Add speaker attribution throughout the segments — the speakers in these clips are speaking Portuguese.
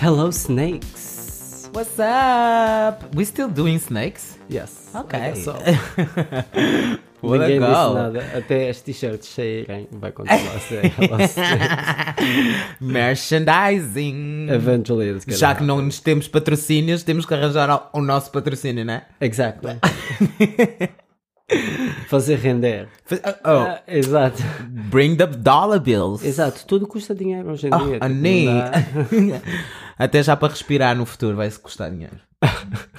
Speaker 1: Hello, snakes.
Speaker 2: What's up? We still doing snakes?
Speaker 1: Yes.
Speaker 2: Okay.
Speaker 1: So,
Speaker 2: What a
Speaker 1: ninguém disse
Speaker 2: go.
Speaker 1: nada. Até as t-shirts saírem, vai continuar a ser Hello, snakes.
Speaker 2: Merchandising.
Speaker 1: É Eventually, it's gonna
Speaker 2: Já que
Speaker 1: happen.
Speaker 2: não nos temos patrocínios, temos que arranjar o- o nosso patrocínio, né?
Speaker 1: Exactly. Fazer render.
Speaker 2: F- Oh,
Speaker 1: Ah, exato.
Speaker 2: bring the dollar bills.
Speaker 1: Exato. Tudo custa dinheiro hoje em dia.
Speaker 2: Ah,
Speaker 1: tipo, não
Speaker 2: nem.
Speaker 1: dá.
Speaker 2: Até já para respirar no futuro vai-se custar dinheiro.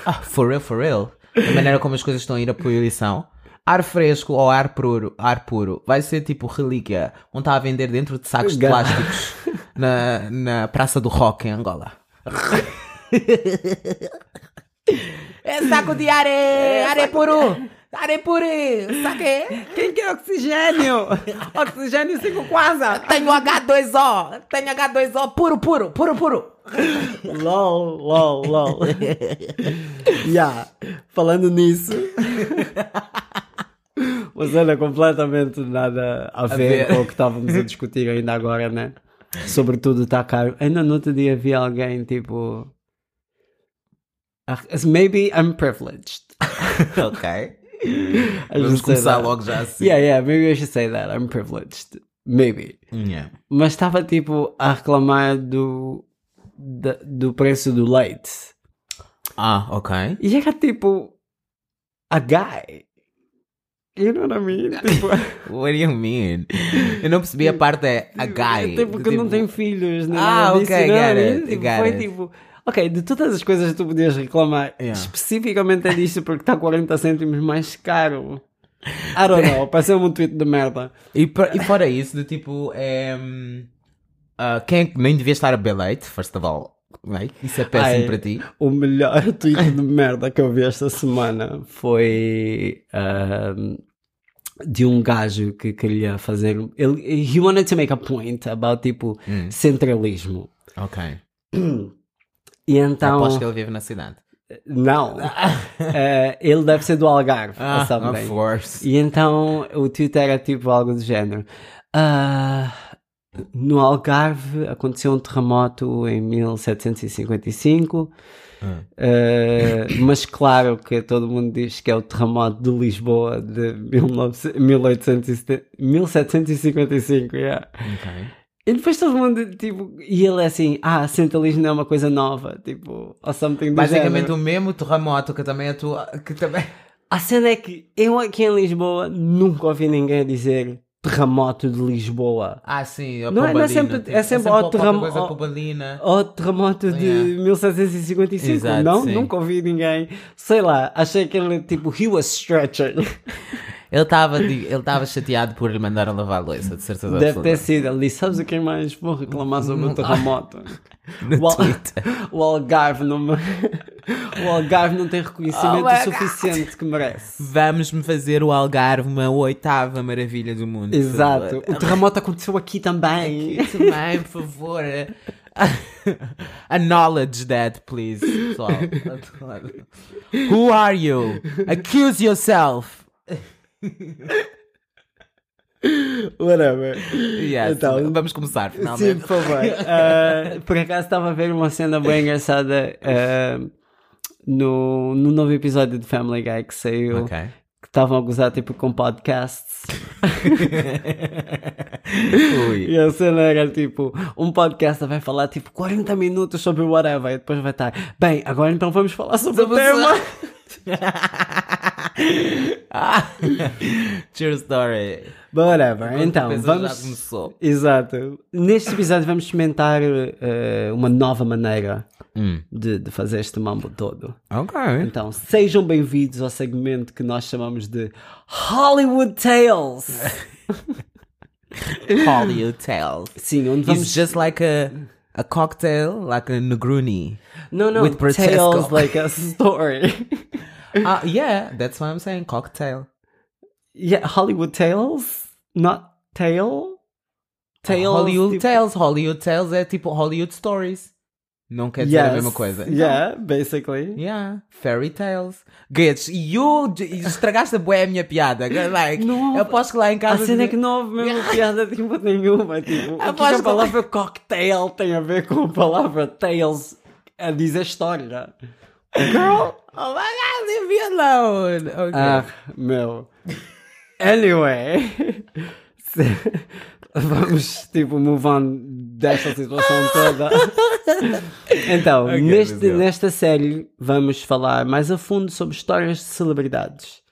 Speaker 2: Ah, for real, for real. A maneira como as coisas estão a ir à poluição. Ar fresco ou ar puro, ar puro vai ser tipo relíquia. Onde está a vender dentro de sacos de
Speaker 1: Ga-
Speaker 2: plásticos na, na Praça do Rock em Angola. é saco de are! Are puro! Are puro! Saque!
Speaker 1: Quem quer oxigênio? oxigênio 5 quasa.
Speaker 2: Tenho H2O! Tenho H2O puro, puro, puro, puro!
Speaker 1: LOL, LOL, LOL. yeah. Falando nisso. Mas olha, completamente nada a ver,
Speaker 2: ver.
Speaker 1: com o que estávamos a discutir ainda agora, né? Sobretudo está caro. Ainda no outro dia vi alguém tipo. "Ah, Maybe I'm privileged.
Speaker 2: Ok.
Speaker 1: I
Speaker 2: Vamos
Speaker 1: should say
Speaker 2: começar
Speaker 1: that.
Speaker 2: logo já assim.
Speaker 1: Yeah, yeah, maybe I should say that. I'm privileged. Maybe.
Speaker 2: Yeah.
Speaker 1: Mas estava tipo a reclamar do, da- do preço do leite.
Speaker 2: Ah, ok.
Speaker 1: E era tipo. A guy. You know what I mean? Tipo,
Speaker 2: What do you mean? Eu não percebi a parte é a guy.
Speaker 1: Tipo, que não tem filhos, nem
Speaker 2: Ah,
Speaker 1: nada disso,
Speaker 2: ok,
Speaker 1: you know what I
Speaker 2: got
Speaker 1: mean?
Speaker 2: it,
Speaker 1: Tipo,
Speaker 2: got
Speaker 1: Foi
Speaker 2: it.
Speaker 1: tipo. Ok, de todas as coisas que tu podias reclamar,
Speaker 2: Yeah.
Speaker 1: especificamente é disto porque está 40 cêntimos mais caro. I don't know, pareceu um tweet de merda.
Speaker 2: E, por- e fora isso, do tipo, é. hum, ah, quem é que nem devia estar a beber leite, first of all? Like, isso é péssimo
Speaker 1: Ai.
Speaker 2: para ti.
Speaker 1: O melhor tweet de merda que eu vi esta semana foi ahm, de um gajo que queria fazer. um- Ele, he wanted to make a point about tipo
Speaker 2: Hum.
Speaker 1: centralismo.
Speaker 2: Ok.
Speaker 1: E então.
Speaker 2: Aposto que ele vive na cidade.
Speaker 1: Não. Eh, ele deve ser do Algarve.
Speaker 2: Ah,
Speaker 1: ou something.
Speaker 2: of course.
Speaker 1: E então o Twitter era tipo algo do género. Ah, no Algarve aconteceu um terremoto em 1755,
Speaker 2: Ah.
Speaker 1: ah, mas claro que todo mundo diz que é o terremoto de Lisboa de 1900 1870 1755. yeah.
Speaker 2: Ok.
Speaker 1: E depois todo mundo, tipo, e ele é assim: ah, centralismo não é uma coisa nova, tipo, ou something do
Speaker 2: Basicamente
Speaker 1: género.
Speaker 2: o mesmo terremoto que também a tua. Que também.
Speaker 1: A cena é que eu aqui em Lisboa nunca ouvi ninguém dizer terremoto de Lisboa.
Speaker 2: Ah, sim, a
Speaker 1: Não é-
Speaker 2: pombalina.
Speaker 1: não é sempre-
Speaker 2: tipo,
Speaker 1: é sempre ao
Speaker 2: qualquer
Speaker 1: terramo-
Speaker 2: coisa
Speaker 1: ao-
Speaker 2: pombalina.
Speaker 1: Ou terremoto de
Speaker 2: Yeah.
Speaker 1: 1755.
Speaker 2: Exato,
Speaker 1: não,
Speaker 2: sim.
Speaker 1: nunca ouvi ninguém. Sei lá, achei que ele tipo, he was stretching.
Speaker 2: Ele estava ele tava chateado por lhe mandar lavar a louça, de certeza
Speaker 1: Deve ter
Speaker 2: absoluta.
Speaker 1: sido. Ele disse, sabes o que é mais? Vou reclamar sobre o terremoto.
Speaker 2: No
Speaker 1: o, Al-
Speaker 2: Twitter.
Speaker 1: o Algarve não me- o Algarve não tem
Speaker 2: Oh
Speaker 1: reconhecimento
Speaker 2: my
Speaker 1: suficiente que merece.
Speaker 2: Vamos me fazer o Algarve uma oitava maravilha do mundo. por
Speaker 1: Exato.
Speaker 2: favor.
Speaker 1: O terremoto aconteceu aqui também.
Speaker 2: é Aqui também, por favor. Acknowledge that, please, pessoal. Who are you? Accuse yourself.
Speaker 1: Whatever.
Speaker 2: Yes.
Speaker 1: Então-
Speaker 2: Vamos começar,
Speaker 1: Sim,
Speaker 2: finalmente.
Speaker 1: por favor. Ah, por acaso estava a ver uma cena bem engraçada ah, no, no novo episódio de Family Guy que saiu,
Speaker 2: Ok.
Speaker 1: que estavam a gozar tipo com podcasts.
Speaker 2: Ui.
Speaker 1: E a cena era tipo, um podcast vai falar tipo 40 minutos sobre whatever e depois vai estar, bem, agora então vamos falar sobre o tema.
Speaker 2: Ah, True story.
Speaker 1: But whatever, então
Speaker 2: Pensa, Já
Speaker 1: vamos...
Speaker 2: começou. Hum.
Speaker 1: Exato. Neste episódio vamos experimentar ah, uma nova maneira
Speaker 2: Hum.
Speaker 1: de, de fazer este mambo todo.
Speaker 2: Ok.
Speaker 1: Então, sejam bem-vindos ao segmento que nós chamamos de Hollywood Tales.
Speaker 2: Hollywood Tales.
Speaker 1: Sim, onde vamos.
Speaker 2: It's just like a a cocktail, like a Negroni.
Speaker 1: Não, não,
Speaker 2: with Francesco.
Speaker 1: Tales like a story.
Speaker 2: uh, yeah, that's what I'm saying. Cocktail.
Speaker 1: yeah, Hollywood Tales, not tale. Tales.
Speaker 2: Hollywood
Speaker 1: tipo-
Speaker 2: Tales. Hollywood Tales é tipo Hollywood Stories. Não quer dizer a mesma coisa. Então,
Speaker 1: Yeah, basically.
Speaker 2: Yeah, fairy tales. Gates, you d- estragaste a boé a minha piada. girl, Like,
Speaker 1: Não,
Speaker 2: eu posso que lá em
Speaker 1: A
Speaker 2: casa.
Speaker 1: cena é que não houve mesmo piada tipo nenhuma. Tipo, o que é que
Speaker 2: Aposto
Speaker 1: a
Speaker 2: que-
Speaker 1: palavra cocktail tem a ver com a palavra tales a dizer história? Girl!
Speaker 2: Oh my god, leave me alone. Okay.
Speaker 1: Ah, meu. Anyway. Se- Vamos, tipo, move on desta situação toda. Então,
Speaker 2: Ok, let's
Speaker 1: neste,
Speaker 2: go.
Speaker 1: nesta série vamos falar mais a fundo sobre histórias de celebridades.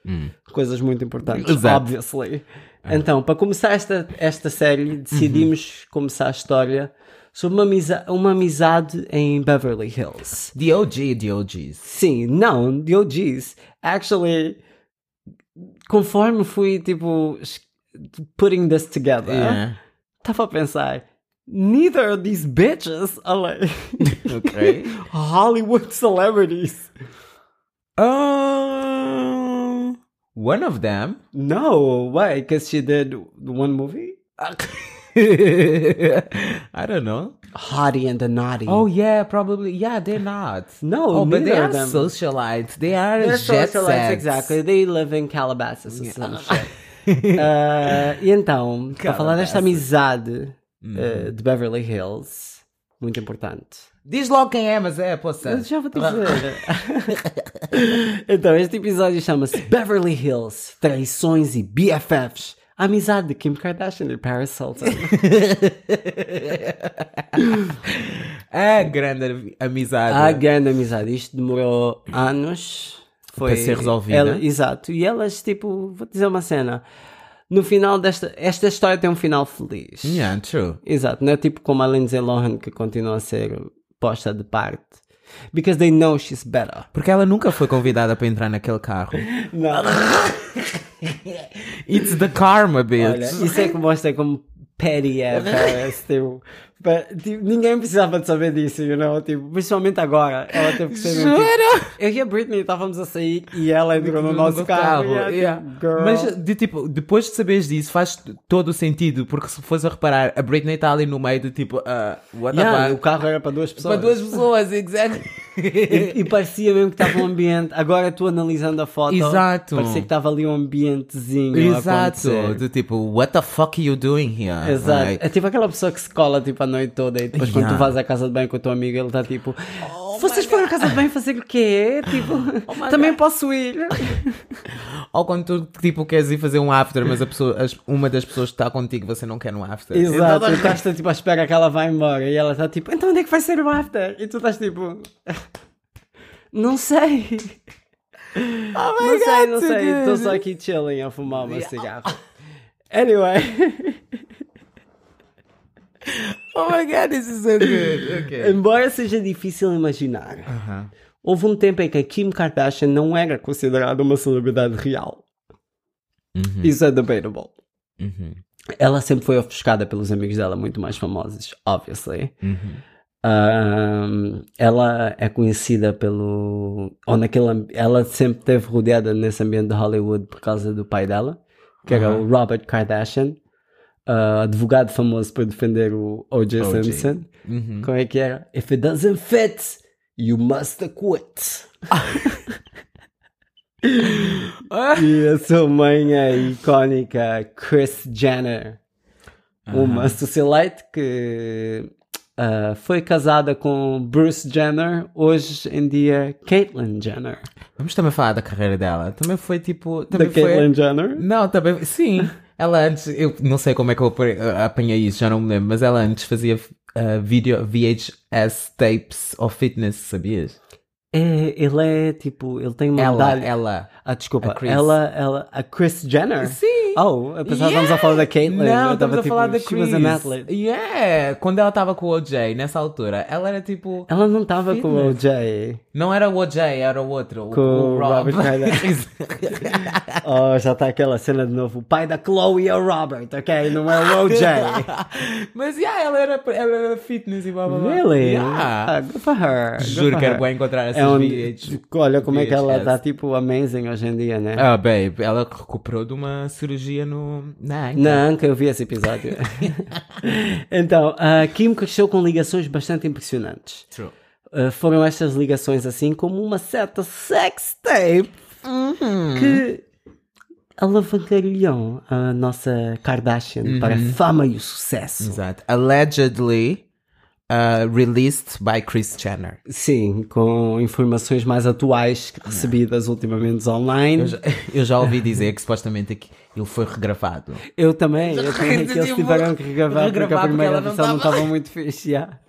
Speaker 1: Coisas muito importantes,
Speaker 2: Hum. Exato. É.
Speaker 1: obviously. Então, para começar esta, esta série, decidimos
Speaker 2: Uhum.
Speaker 1: começar a história sobre uma, amiza- uma amizade em Beverly Hills.
Speaker 2: The OG, the OGs.
Speaker 1: Sim, não, the OGs. Actually, conforme fui, tipo, es- putting this together,
Speaker 2: Yeah.
Speaker 1: estava a pensar, neither of these bitches are like
Speaker 2: Ok.
Speaker 1: Hollywood celebrities.
Speaker 2: Um, one of them.
Speaker 1: No, why? Because she did one movie?
Speaker 2: I don't know.
Speaker 1: Hottie and the Naughty.
Speaker 2: Oh yeah, probably. Yeah, they're not.
Speaker 1: No,
Speaker 2: Oh, but they
Speaker 1: neither
Speaker 2: are
Speaker 1: of them.
Speaker 2: socialites. They are
Speaker 1: They're
Speaker 2: jet
Speaker 1: socialites,
Speaker 2: sets.
Speaker 1: exactly. They live in Calabasas or some shit. Uh, e então, para falar desta amizade uh, de Beverly Hills, muito importante.
Speaker 2: Diz logo quem é, mas é, poça.
Speaker 1: Eu já vou te dizer. então, este episódio chama-se Beverly Hills, Traições e BFFs. A amizade de Kim Kardashian e Paris Hilton.
Speaker 2: É A grande amizade.
Speaker 1: A grande amizade. Isto demorou anos. Foi
Speaker 2: Para ser resolvida.
Speaker 1: Ela- exato. E elas, tipo, vou te dizer uma cena. No final desta... Esta história tem um final feliz.
Speaker 2: Yeah, true.
Speaker 1: Exato, não é tipo como a Lindsay Lohan que continua a ser posta de parte. Because they know she's better.
Speaker 2: Porque ela nunca foi convidada para entrar naquele carro.
Speaker 1: Não.
Speaker 2: It's the karma,
Speaker 1: Olha,
Speaker 2: bitch.
Speaker 1: isso é que mostra como petty é Paris, tipo, pa- tipo, Ninguém precisava de saber disso, you know? Tipo, principalmente agora. Ela teve que ser mesmo, tipo,
Speaker 2: Jura?
Speaker 1: Eu e a Britney estávamos a sair e ela entrou no nosso carro. e é, tipo,
Speaker 2: yeah.
Speaker 1: girl.
Speaker 2: Mas de, tipo, depois de saberes disso, faz t- todo o sentido, porque se fores a reparar, a Britney está ali no meio de tipo, ah, what
Speaker 1: Yeah,
Speaker 2: the
Speaker 1: o
Speaker 2: fuck?
Speaker 1: carro era para duas pessoas.
Speaker 2: Para duas pessoas, exato.
Speaker 1: E, e parecia mesmo que estava um ambiente. Agora tu analisando a foto,
Speaker 2: Exato.
Speaker 1: parecia que estava ali um ambientezinho. a acontecer.
Speaker 2: Exato, de tipo, what the fuck are you doing here?
Speaker 1: Exato.
Speaker 2: Like,
Speaker 1: É tipo aquela pessoa que se cola tipo, a noite toda e depois quando
Speaker 2: Yeah.
Speaker 1: tu vas à casa de banho com o teu amigo, ele está tipo:
Speaker 2: Oh
Speaker 1: Vocês foram à casa de banho fazer o quê? Tipo, também posso ir.
Speaker 2: ou quando tu tipo, queres ir fazer um after, mas a pessoa, as- uma das pessoas que está contigo você não quer no after. Então
Speaker 1: Exato. E estás tipo, à espera que ela vá embora e ela está tipo: Então onde é que vai ser o after? E tu estás tipo: Não sei.
Speaker 2: Oh my
Speaker 1: Não sei,
Speaker 2: God, é
Speaker 1: não sei.
Speaker 2: dude.
Speaker 1: Estou só aqui chilling a fumar o meu cigarro. Anyway.
Speaker 2: Oh my god, this is so good. Okay.
Speaker 1: Embora seja difícil imaginar, houve um tempo em que a Kim Kardashian não era considerada uma celebridade real. Isso é debatable.
Speaker 2: Uhum.
Speaker 1: Ela sempre foi ofuscada pelos amigos dela muito mais famosos, obviously.
Speaker 2: Uhum.
Speaker 1: Ahm, ela é conhecida pelo. Ou naquele, ambi- ela sempre esteve rodeada nesse ambiente de Hollywood por causa do pai dela, que era o Robert Kardashian, ah, advogado famoso por defender o O.J.
Speaker 2: O.J..
Speaker 1: Simpson. Como é que era? If it doesn't fit, you must quit. e a sua mãe é a icónica Kris Jenner, uma socialite que ah, foi casada com Bruce Jenner, hoje em dia Caitlyn Jenner.
Speaker 2: Vamos também falar da carreira dela. Também foi tipo.
Speaker 1: Da
Speaker 2: Também foi...
Speaker 1: Caitlyn Jenner?
Speaker 2: Não, também. Sim. Ela antes. Eu não sei como é que eu apre- apanhei isso, já não me lembro. Mas ela antes fazia uh, vídeo VHS tapes of fitness, sabias?
Speaker 1: É, ele é tipo, ele tem uma
Speaker 2: Ela,
Speaker 1: medalha.
Speaker 2: ela.
Speaker 1: Ah, desculpa,
Speaker 2: A Kris.
Speaker 1: ela, ela, a Kris Jenner?
Speaker 2: Sim.
Speaker 1: Oh, eu pensava que estávamos a
Speaker 2: Yeah.
Speaker 1: falar da Caitlyn.
Speaker 2: Não,
Speaker 1: eu
Speaker 2: estamos
Speaker 1: tava,
Speaker 2: a
Speaker 1: tipo,
Speaker 2: falar da
Speaker 1: She was an
Speaker 2: Chris.
Speaker 1: athlete.
Speaker 2: Yeah, quando ela estava com o OJ, nessa altura, ela era tipo.
Speaker 1: Ela não estava com o
Speaker 2: Fitness.
Speaker 1: OJ.
Speaker 2: Não era o OJ, era o outro.
Speaker 1: Com
Speaker 2: o,
Speaker 1: o
Speaker 2: o
Speaker 1: Robert
Speaker 2: Rob.
Speaker 1: Oh, já está aquela cena de novo. O pai da Chloe é o Robert, ok? Não é o OJ.
Speaker 2: Mas yeah, ela era, ela era fitness e blá blá blá.
Speaker 1: really?
Speaker 2: Yeah.
Speaker 1: Ah, good for her. Good
Speaker 2: Juro
Speaker 1: for
Speaker 2: que
Speaker 1: her.
Speaker 2: era bom encontrar essas
Speaker 1: É um-
Speaker 2: vídeos.
Speaker 1: Olha como é que ela
Speaker 2: VHS.
Speaker 1: está, tipo, amazing hoje em dia, né?
Speaker 2: Ah, babe, ela recuperou de uma cirurgia no. Na anca.
Speaker 1: Não, que eu vi esse episódio. então, a Kim cresceu com ligações bastante impressionantes.
Speaker 2: True.
Speaker 1: Uh, foram estas ligações assim como uma certa sex tape que alavancariam a nossa Kardashian para a fama e o sucesso.
Speaker 2: Exato. Allegedly uh, released by Chris Jenner.
Speaker 1: Sim, com informações mais atuais que recebidas ultimamente online. Eu,
Speaker 2: Já- Eu já ouvi dizer que supostamente aqui ele foi regravado.
Speaker 1: também, eu também que eles
Speaker 2: Tipo,
Speaker 1: tiveram um que regravar porque a
Speaker 2: regravar porque
Speaker 1: primeira
Speaker 2: ela não
Speaker 1: versão não
Speaker 2: tava-
Speaker 1: estava muito fixe. já.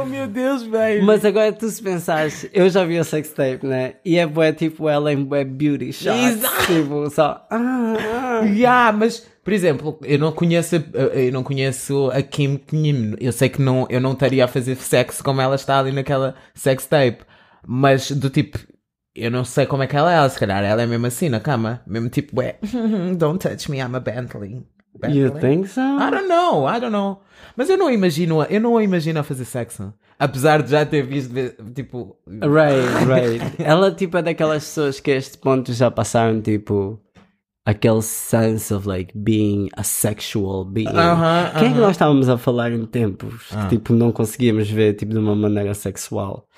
Speaker 2: Oh meu Deus, velho!
Speaker 1: Mas agora tu se pensares, eu já vi a sextape, né? E é bué tipo ela em bué beauty shots.
Speaker 2: Exato.
Speaker 1: Tipo, só... ah, ah.
Speaker 2: Yeah, mas, por exemplo, eu não conheço, a- eu não conheço a Kim Kim. Eu sei que não, eu não estaria a fazer sexo como ela está ali naquela sex tape. Mas do tipo, eu não sei como é que ela é. Se calhar ela é mesmo assim na cama. Mesmo tipo, ué, don't touch me, I'm a Bentley.
Speaker 1: You
Speaker 2: Bentley?
Speaker 1: think so?
Speaker 2: I don't know, I don't know. Mas eu não imagino, eu não a imagino a fazer sexo. Apesar de já ter visto, tipo,
Speaker 1: Right, right. Ela, tipo, é daquelas pessoas que a este ponto já passaram, tipo, aquele sense of, like, being a sexual being.
Speaker 2: Aham,
Speaker 1: Quem é que nós estávamos a falar em tempos que, tipo, não conseguíamos ver, tipo, de uma maneira sexual?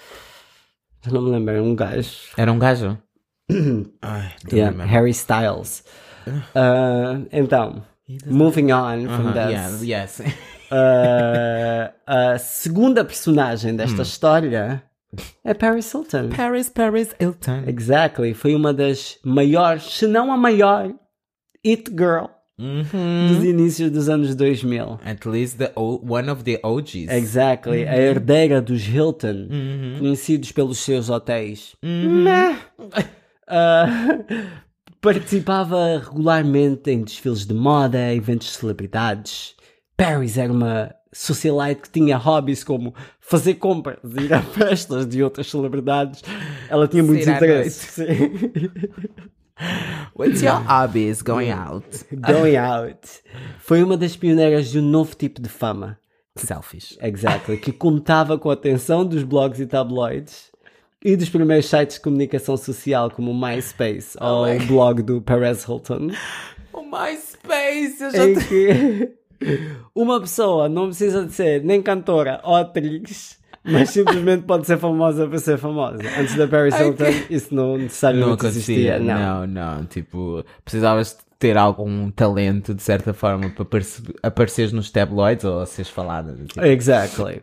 Speaker 1: Já não me lembro, era um gajo.
Speaker 2: era um gajo. Ai, don't
Speaker 1: Yeah,
Speaker 2: remember.
Speaker 1: Harry Styles. Ah, então, moving on from
Speaker 2: Uh-huh,
Speaker 1: that.
Speaker 2: yeah, yes.
Speaker 1: Ah, a segunda personagem
Speaker 2: Hmm.
Speaker 1: desta história é Paris Hilton.
Speaker 2: Paris, Paris, Hilton.
Speaker 1: Exactly. Foi uma das maiores, se não a maior, it girl
Speaker 2: Uhum.
Speaker 1: dos inícios dos anos 2000.
Speaker 2: At least the o- one of the OGs.
Speaker 1: Exactly. A herdeira dos Hilton, conhecidos pelos seus hotéis. Meh. Ah, participava regularmente em desfiles de moda, eventos de celebridades. Paris era uma socialite que tinha hobbies como fazer compras, ir a festas de outras celebridades. Ela tinha muitos
Speaker 2: Sair à
Speaker 1: interesses. Sim.
Speaker 2: What's your hobbies going out?
Speaker 1: Going Out. Foi uma das pioneiras de um novo tipo de fama.
Speaker 2: Selfies.
Speaker 1: Exactly. Que contava com a atenção dos blogs e tabloides e dos primeiros sites de comunicação social como o MySpace ou o blog do Perez Hilton.
Speaker 2: Oh my space! Eu já
Speaker 1: em
Speaker 2: te-
Speaker 1: que uma pessoa não precisa de ser nem cantora ou atriz. Mas simplesmente pode ser famosa por ser famosa. Antes da Paris Hilton, isso não
Speaker 2: não
Speaker 1: necessariamente
Speaker 2: acontecia.
Speaker 1: existia. Não.
Speaker 2: Não, não. Tipo, precisavas de ter algum talento, de certa forma, para perce- apareceres nos tabloides ou seres falada. Tipo.
Speaker 1: Exactly.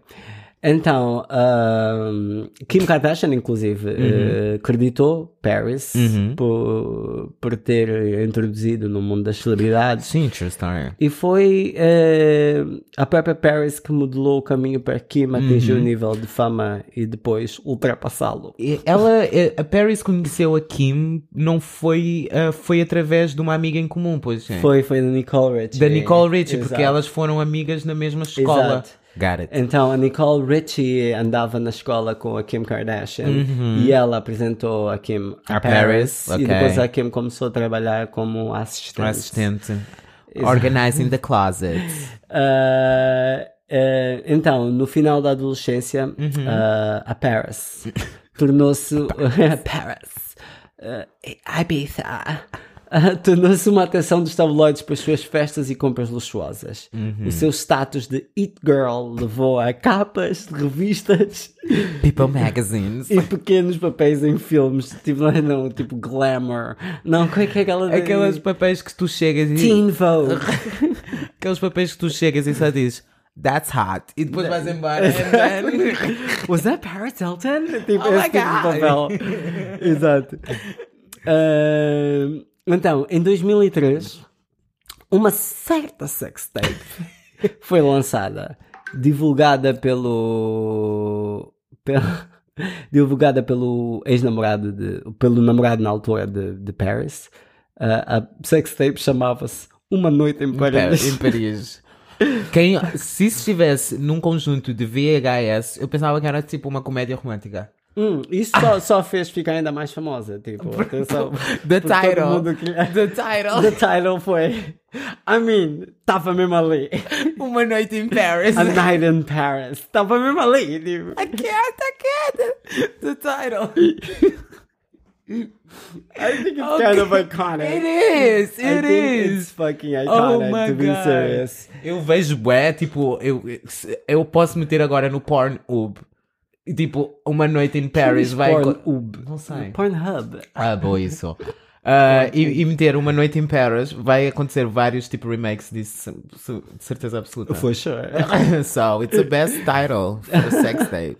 Speaker 1: Então, ahm, Kim Kardashian, inclusive,
Speaker 2: Uhum.
Speaker 1: eh, acreditou Paris por, por ter introduzido no mundo das celebridades.
Speaker 2: Sim, true story.
Speaker 1: E foi eh, a própria Paris que modelou o caminho para Kim atingir
Speaker 2: Uhum.
Speaker 1: o nível de fama e depois ultrapassá-lo.
Speaker 2: E Ela, eh, a Paris conheceu a Kim, não foi, ah, foi através de uma amiga em comum, pois é.
Speaker 1: Foi, foi da Nicole Richie.
Speaker 2: Da Nicole Richie, porque
Speaker 1: Exato.
Speaker 2: elas foram amigas na mesma escola.
Speaker 1: Exato.
Speaker 2: Got it.
Speaker 1: Então a Nicole Richie andava na escola com a Kim Kardashian e ela apresentou a Kim a,
Speaker 2: A
Speaker 1: Paris,
Speaker 2: Paris,
Speaker 1: e
Speaker 2: ok.
Speaker 1: depois a Kim começou a trabalhar como assistente.
Speaker 2: assistente. Organizing the closet.
Speaker 1: Ah, ah, então, no final da adolescência, ah, a Paris tornou-se Paris, ah, Ibiza ah, tornou-se uma atração dos tabloides para as suas festas e compras luxuosas. O seu status de it girl levou a capas de revistas
Speaker 2: People magazines.
Speaker 1: e pequenos papéis em filmes, tipo, não, não, tipo glamour. Não, como é que é aquela de-
Speaker 2: Aqueles papéis que tu chegas e.
Speaker 1: Teen Vogue.
Speaker 2: Aqueles papéis que tu chegas e só dizes That's hot. E depois vais embora. É, And then-
Speaker 1: Was that Paris Hilton? Tipo,
Speaker 2: Oh my
Speaker 1: esse tipo de
Speaker 2: God.
Speaker 1: papel. Exato. Ahn, então, em 2003, uma certa sextape foi lançada, divulgada pelo. pelo divulgada pelo ex-namorado, de, pelo namorado na altura de, de Paris. Ah, a sextape chamava-se Uma Noite em Paris.
Speaker 2: em Paris. Quem, se isso estivesse num conjunto de VHS, eu pensava que era tipo uma comédia romântica.
Speaker 1: Hum, isso só, só fez ficar ainda mais famosa. Tipo, atenção.
Speaker 2: The
Speaker 1: Todo
Speaker 2: title.
Speaker 1: mundo queria-
Speaker 2: The title.
Speaker 1: The title foi. I mean, estava mesmo ali.
Speaker 2: Uma noite em Paris.
Speaker 1: A Night in Paris. Estava mesmo ali. Tipo.
Speaker 2: I can't, I can't. The title.
Speaker 1: I think it's
Speaker 2: Okay.
Speaker 1: kind of iconic.
Speaker 2: It is,
Speaker 1: I
Speaker 2: it
Speaker 1: think
Speaker 2: is.
Speaker 1: It's fucking
Speaker 2: Oh
Speaker 1: iconic,
Speaker 2: my
Speaker 1: to be
Speaker 2: God.
Speaker 1: serious.
Speaker 2: Eu vejo bué, tipo, eu, eu posso meter agora no Pornhub E, Tipo, uma noite em Paris vai.
Speaker 1: Porn
Speaker 2: co-
Speaker 1: Hub.
Speaker 2: Não sei.
Speaker 1: Pornhub.
Speaker 2: Ah, boa isso. Ah, e, e meter uma noite em Paris vai acontecer vários tipo remakes disso, se- de certeza absoluta.
Speaker 1: For sure.
Speaker 2: so, it's the best title for a sex tape.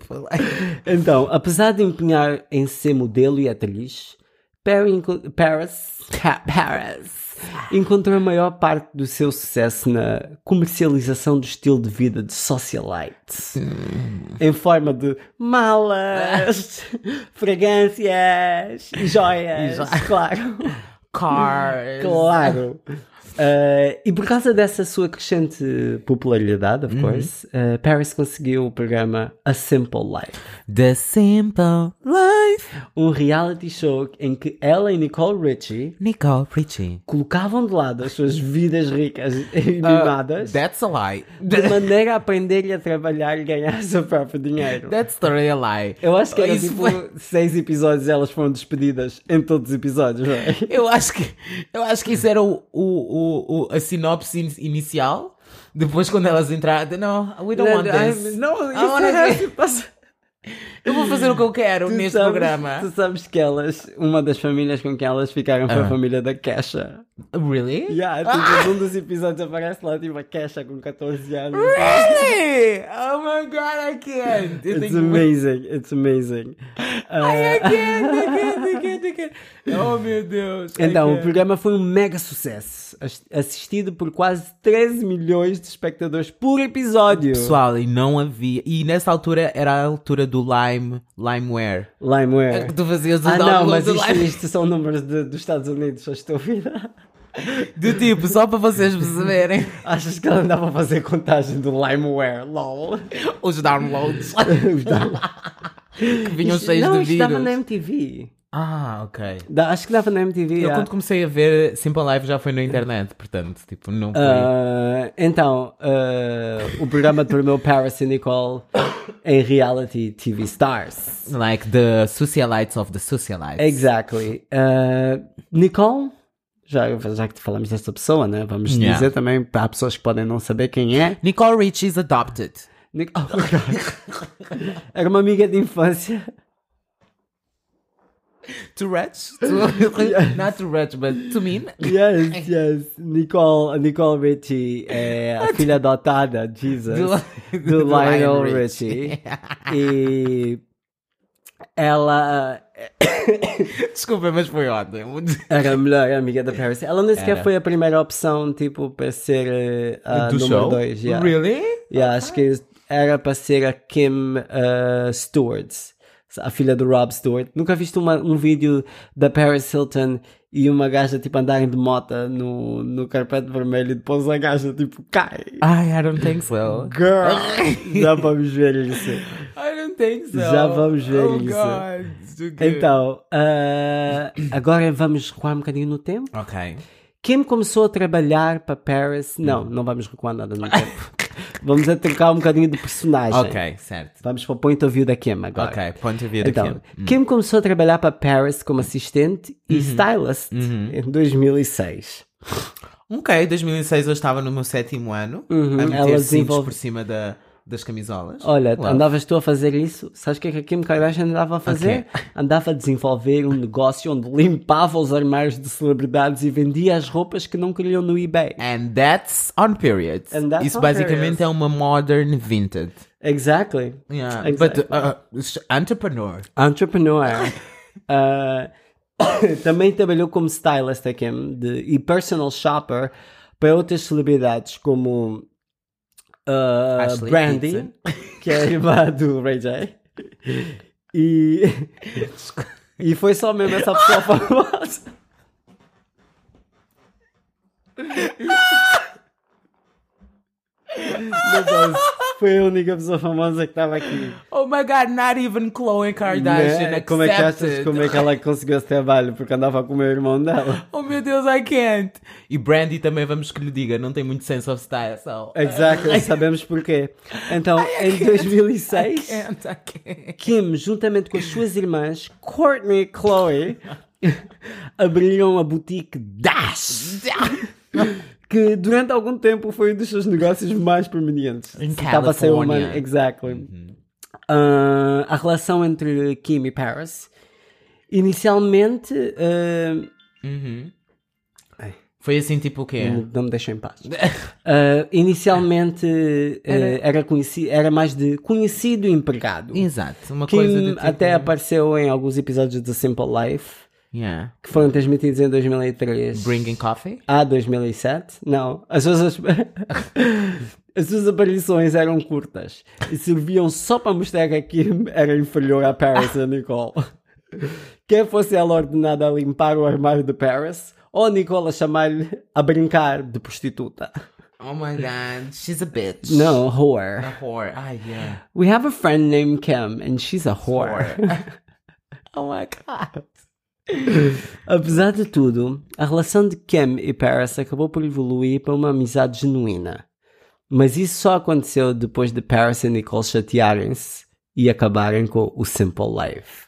Speaker 1: Então, apesar de empenhar em ser modelo e atriz, Perry enco- Paris, Pa- Paris encontrou a maior parte do seu sucesso na comercialização do estilo de vida de socialite, em forma de malas, fragrâncias e joias, claro.
Speaker 2: Cars.
Speaker 1: Claro. Eh, e por causa dessa sua crescente popularidade, of course, eh, Paris conseguiu o programa A Simple Life.
Speaker 2: The Simple Life.
Speaker 1: um reality show em que ela e Nicole Richie
Speaker 2: Nicole Richie.
Speaker 1: colocavam de lado as suas vidas ricas e
Speaker 2: Ah,
Speaker 1: mimadas
Speaker 2: Uh, That's a lie.
Speaker 1: de maneira a aprender e a trabalhar e ganhar o seu próprio dinheiro.
Speaker 2: That's the real lie.
Speaker 1: Eu acho que era
Speaker 2: Isso
Speaker 1: tipo
Speaker 2: foi-
Speaker 1: seis episódios elas foram despedidas em todos os episódios, não é?
Speaker 2: Eu acho que, eu acho que isso era o, o, o, o- a sinopse in- inicial. Depois, quando elas entraram, não, we don't want this.
Speaker 1: Não,
Speaker 2: I
Speaker 1: isso
Speaker 2: wanna
Speaker 1: era
Speaker 2: be- Eu vou fazer o que eu quero
Speaker 1: Tu
Speaker 2: assim, neste
Speaker 1: sabes- Tu
Speaker 2: programa.
Speaker 1: sabes que elas, uma das famílias com quem elas ficaram
Speaker 2: Ah.
Speaker 1: foi a família da Kesha.
Speaker 2: Really?
Speaker 1: Yeah, tipo, num dos episódios aparece lá tipo a Kesha com 14 anos.
Speaker 2: Really? Oh my god, I can't. Eu
Speaker 1: It's
Speaker 2: tenho- um-
Speaker 1: amazing, it's amazing. Ah,
Speaker 2: I can't, I can't, I can't, I can't. Oh meu Deus. I
Speaker 1: Então, o
Speaker 2: can't.
Speaker 1: programa foi um mega sucesso, as- assistido por quase 13 milhões de espectadores por episódio.
Speaker 2: Pessoal, e não havia. E nessa altura era a altura do Lime, Limeware. É
Speaker 1: Limeware.
Speaker 2: que tu fazias o
Speaker 1: Ah, não,
Speaker 2: download
Speaker 1: mas
Speaker 2: do
Speaker 1: isto,
Speaker 2: Lime.
Speaker 1: isto são números de- dos Estados Unidos, só estou a ouvir.
Speaker 2: Do tipo, só para vocês perceberem
Speaker 1: Achas que ela andava a fazer contagem do Limeware? LOL.
Speaker 2: os downloads
Speaker 1: Os downloads.
Speaker 2: que vinham
Speaker 1: Isto-
Speaker 2: cheios
Speaker 1: não,
Speaker 2: de
Speaker 1: isto dava
Speaker 2: vírus.
Speaker 1: na MTV.
Speaker 2: Ah, ok.
Speaker 1: Da- acho que dava na MTV.
Speaker 2: Eu
Speaker 1: ah.
Speaker 2: quando comecei a ver Simple Life já foi na internet, portanto, tipo, não foi.
Speaker 1: Ah, então, ah, o programa tornou Paris e Nicole em reality TV stars.
Speaker 2: Like the socialites of the socialites.
Speaker 1: Exactly. Uh, Nicole, já, já que falamos desta pessoa, né? Vamos
Speaker 2: Yeah.
Speaker 1: dizer também para há pessoas que podem não saber quem é.
Speaker 2: Nicole Rich is adopted.
Speaker 1: Nic- Oh, my God. Era uma amiga de infância.
Speaker 2: Tourette's? Not Tourette's, but to mean.
Speaker 1: Yes, yes. Nicole, a Nicole Richie é a filha adotada, Jesus, do,
Speaker 2: Do- do
Speaker 1: Lionel
Speaker 2: Lionel
Speaker 1: Richie. E ela
Speaker 2: Desculpa, mas foi ontem.
Speaker 1: era a melhor amiga da Paris. Ela nem sequer
Speaker 2: Era.
Speaker 1: foi a primeira opção, tipo, para ser eh, a
Speaker 2: Do
Speaker 1: número
Speaker 2: show?
Speaker 1: 2.
Speaker 2: Really?
Speaker 1: Yeah, acho que era para ser a Kim eh, Stewart, a filha do Rob Stewart. Nunca viste uma- um vídeo da Paris Hilton e uma gaja tipo andarem de mota no, no carpete vermelho e depois a gaja tipo cai.
Speaker 2: Ai, I don't think so.
Speaker 1: Girl, já vamos ver isso.
Speaker 2: I don't think so.
Speaker 1: Já vamos ver
Speaker 2: oh,
Speaker 1: isso.
Speaker 2: God.
Speaker 1: Então, eh, agora vamos recuar um bocadinho no tempo.
Speaker 2: Ok.
Speaker 1: Kim começou a trabalhar para Paris. Não,
Speaker 2: Hum.
Speaker 1: não vamos recuar nada no tempo. vamos a trocar um bocadinho de personagem.
Speaker 2: Ok, certo.
Speaker 1: Vamos para o point of view da Kim agora.
Speaker 2: Ok, ponto de vista
Speaker 1: Então,
Speaker 2: aqui.
Speaker 1: Kim começou a trabalhar para Paris como assistente e
Speaker 2: Uhum.
Speaker 1: stylist em 2006.
Speaker 2: Ok, 2006 eu estava no meu sétimo ano.
Speaker 1: Uhum,
Speaker 2: a meter
Speaker 1: ela
Speaker 2: cintos
Speaker 1: desenvolve-
Speaker 2: por cima da, das camisolas.
Speaker 1: Olha,
Speaker 2: Love.
Speaker 1: andavas tu a fazer isso? Sabes o que é que a Kim Kardashian andava a fazer? Andava a desenvolver um negócio onde limpava os armários de celebridades e vendia as roupas que não queriam no eBay.
Speaker 2: And that's on period.
Speaker 1: And that's
Speaker 2: Isso
Speaker 1: on
Speaker 2: basicamente
Speaker 1: period.
Speaker 2: é uma modern vintage.
Speaker 1: Exactly.
Speaker 2: Yeah,
Speaker 1: Exactly.
Speaker 2: but uh, uh, entrepreneur.
Speaker 1: Entrepreneur. Ah, também trabalhou como stylist a Kim de- e personal shopper para outras celebridades como ah,
Speaker 2: Ashley
Speaker 1: Brandy,
Speaker 2: Simpson.
Speaker 1: que é a irmã do Ray J. E, e foi só mesmo essa pessoa famosa. Meu Deus, foi a única pessoa famosa que estava aqui.
Speaker 2: Oh my god, not even Khloe Kardashian
Speaker 1: Né?
Speaker 2: accepted.
Speaker 1: Como é que achas como é que ela conseguiu esse trabalho? Porque andava com o meu irmão dela.
Speaker 2: Oh meu Deus, I can't. E Brandy também, vamos que lhe diga, não tem muito sense of style. So.
Speaker 1: É. Exactly, sabemos porquê. Então, em 2006,
Speaker 2: can't, I can't.
Speaker 1: Kim, juntamente com as suas irmãs, Courtney e Chloe, abriram a boutique Dash, que durante algum tempo foi um dos seus negócios mais prominentes.
Speaker 2: Em
Speaker 1: Estava a ser uma.
Speaker 2: Califórnia. Uhum.
Speaker 1: Exactly. ah, a relação entre Kim e Paris. Inicialmente, ah,
Speaker 2: Uhum.
Speaker 1: Ai. Um-
Speaker 2: Foi assim tipo o quê?
Speaker 1: não me deixem em paz. Ah, inicialmente ah, era, conheci- era mais de conhecido empregado.
Speaker 2: Exato, uma coisa de
Speaker 1: Kim
Speaker 2: tipo...
Speaker 1: até apareceu em alguns episódios de Simple Life
Speaker 2: Yeah.
Speaker 1: que foram transmitidos em 2003
Speaker 2: Bringing coffee?
Speaker 1: a 2007. Não, as suas, as suas aparições eram curtas e serviam só para mostrar que a Kim era inferior a Paris e a Nicole. Quer fosse ela ordenada a limpar o armário de Paris ou a Nicole a chamar-lhe a brincar de prostituta.
Speaker 2: Oh my god, she's a bitch.
Speaker 1: Não, whore.
Speaker 2: A whore. Ah, yeah.
Speaker 1: We have a friend named Kim and she's a whore.
Speaker 2: oh my god.
Speaker 1: Apesar de tudo, a relação de Kim e Paris acabou por evoluir para uma amizade genuína. Mas isso só aconteceu depois de Paris e Nicole chatearem-se e acabarem com o Simple Life.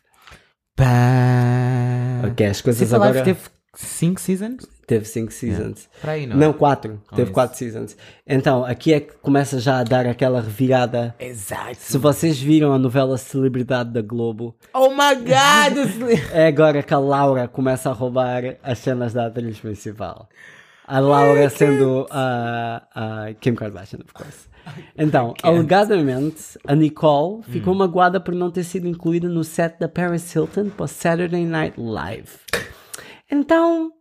Speaker 2: Pá.
Speaker 1: Ok, as coisas
Speaker 2: Ah. Simple
Speaker 1: agora...
Speaker 2: Life teve 5 seasons?
Speaker 1: teve cinco seasons.
Speaker 2: Para aí, não?
Speaker 1: Não, quatro. teve
Speaker 2: isso.
Speaker 1: quatro seasons. Então, aqui é que começa já a dar aquela revirada. Se
Speaker 2: Exato.
Speaker 1: vocês viram a novela Celebridade da Globo,
Speaker 2: Oh my god. this-
Speaker 1: É agora que a Laura começa a roubar as cenas da atriz principal. A Laura sendo a, a Kim Kardashian, of course. Então, alegadamente, a Nicole ficou magoada por não ter sido incluída no set da Paris Hilton para o Saturday Night Live. Então,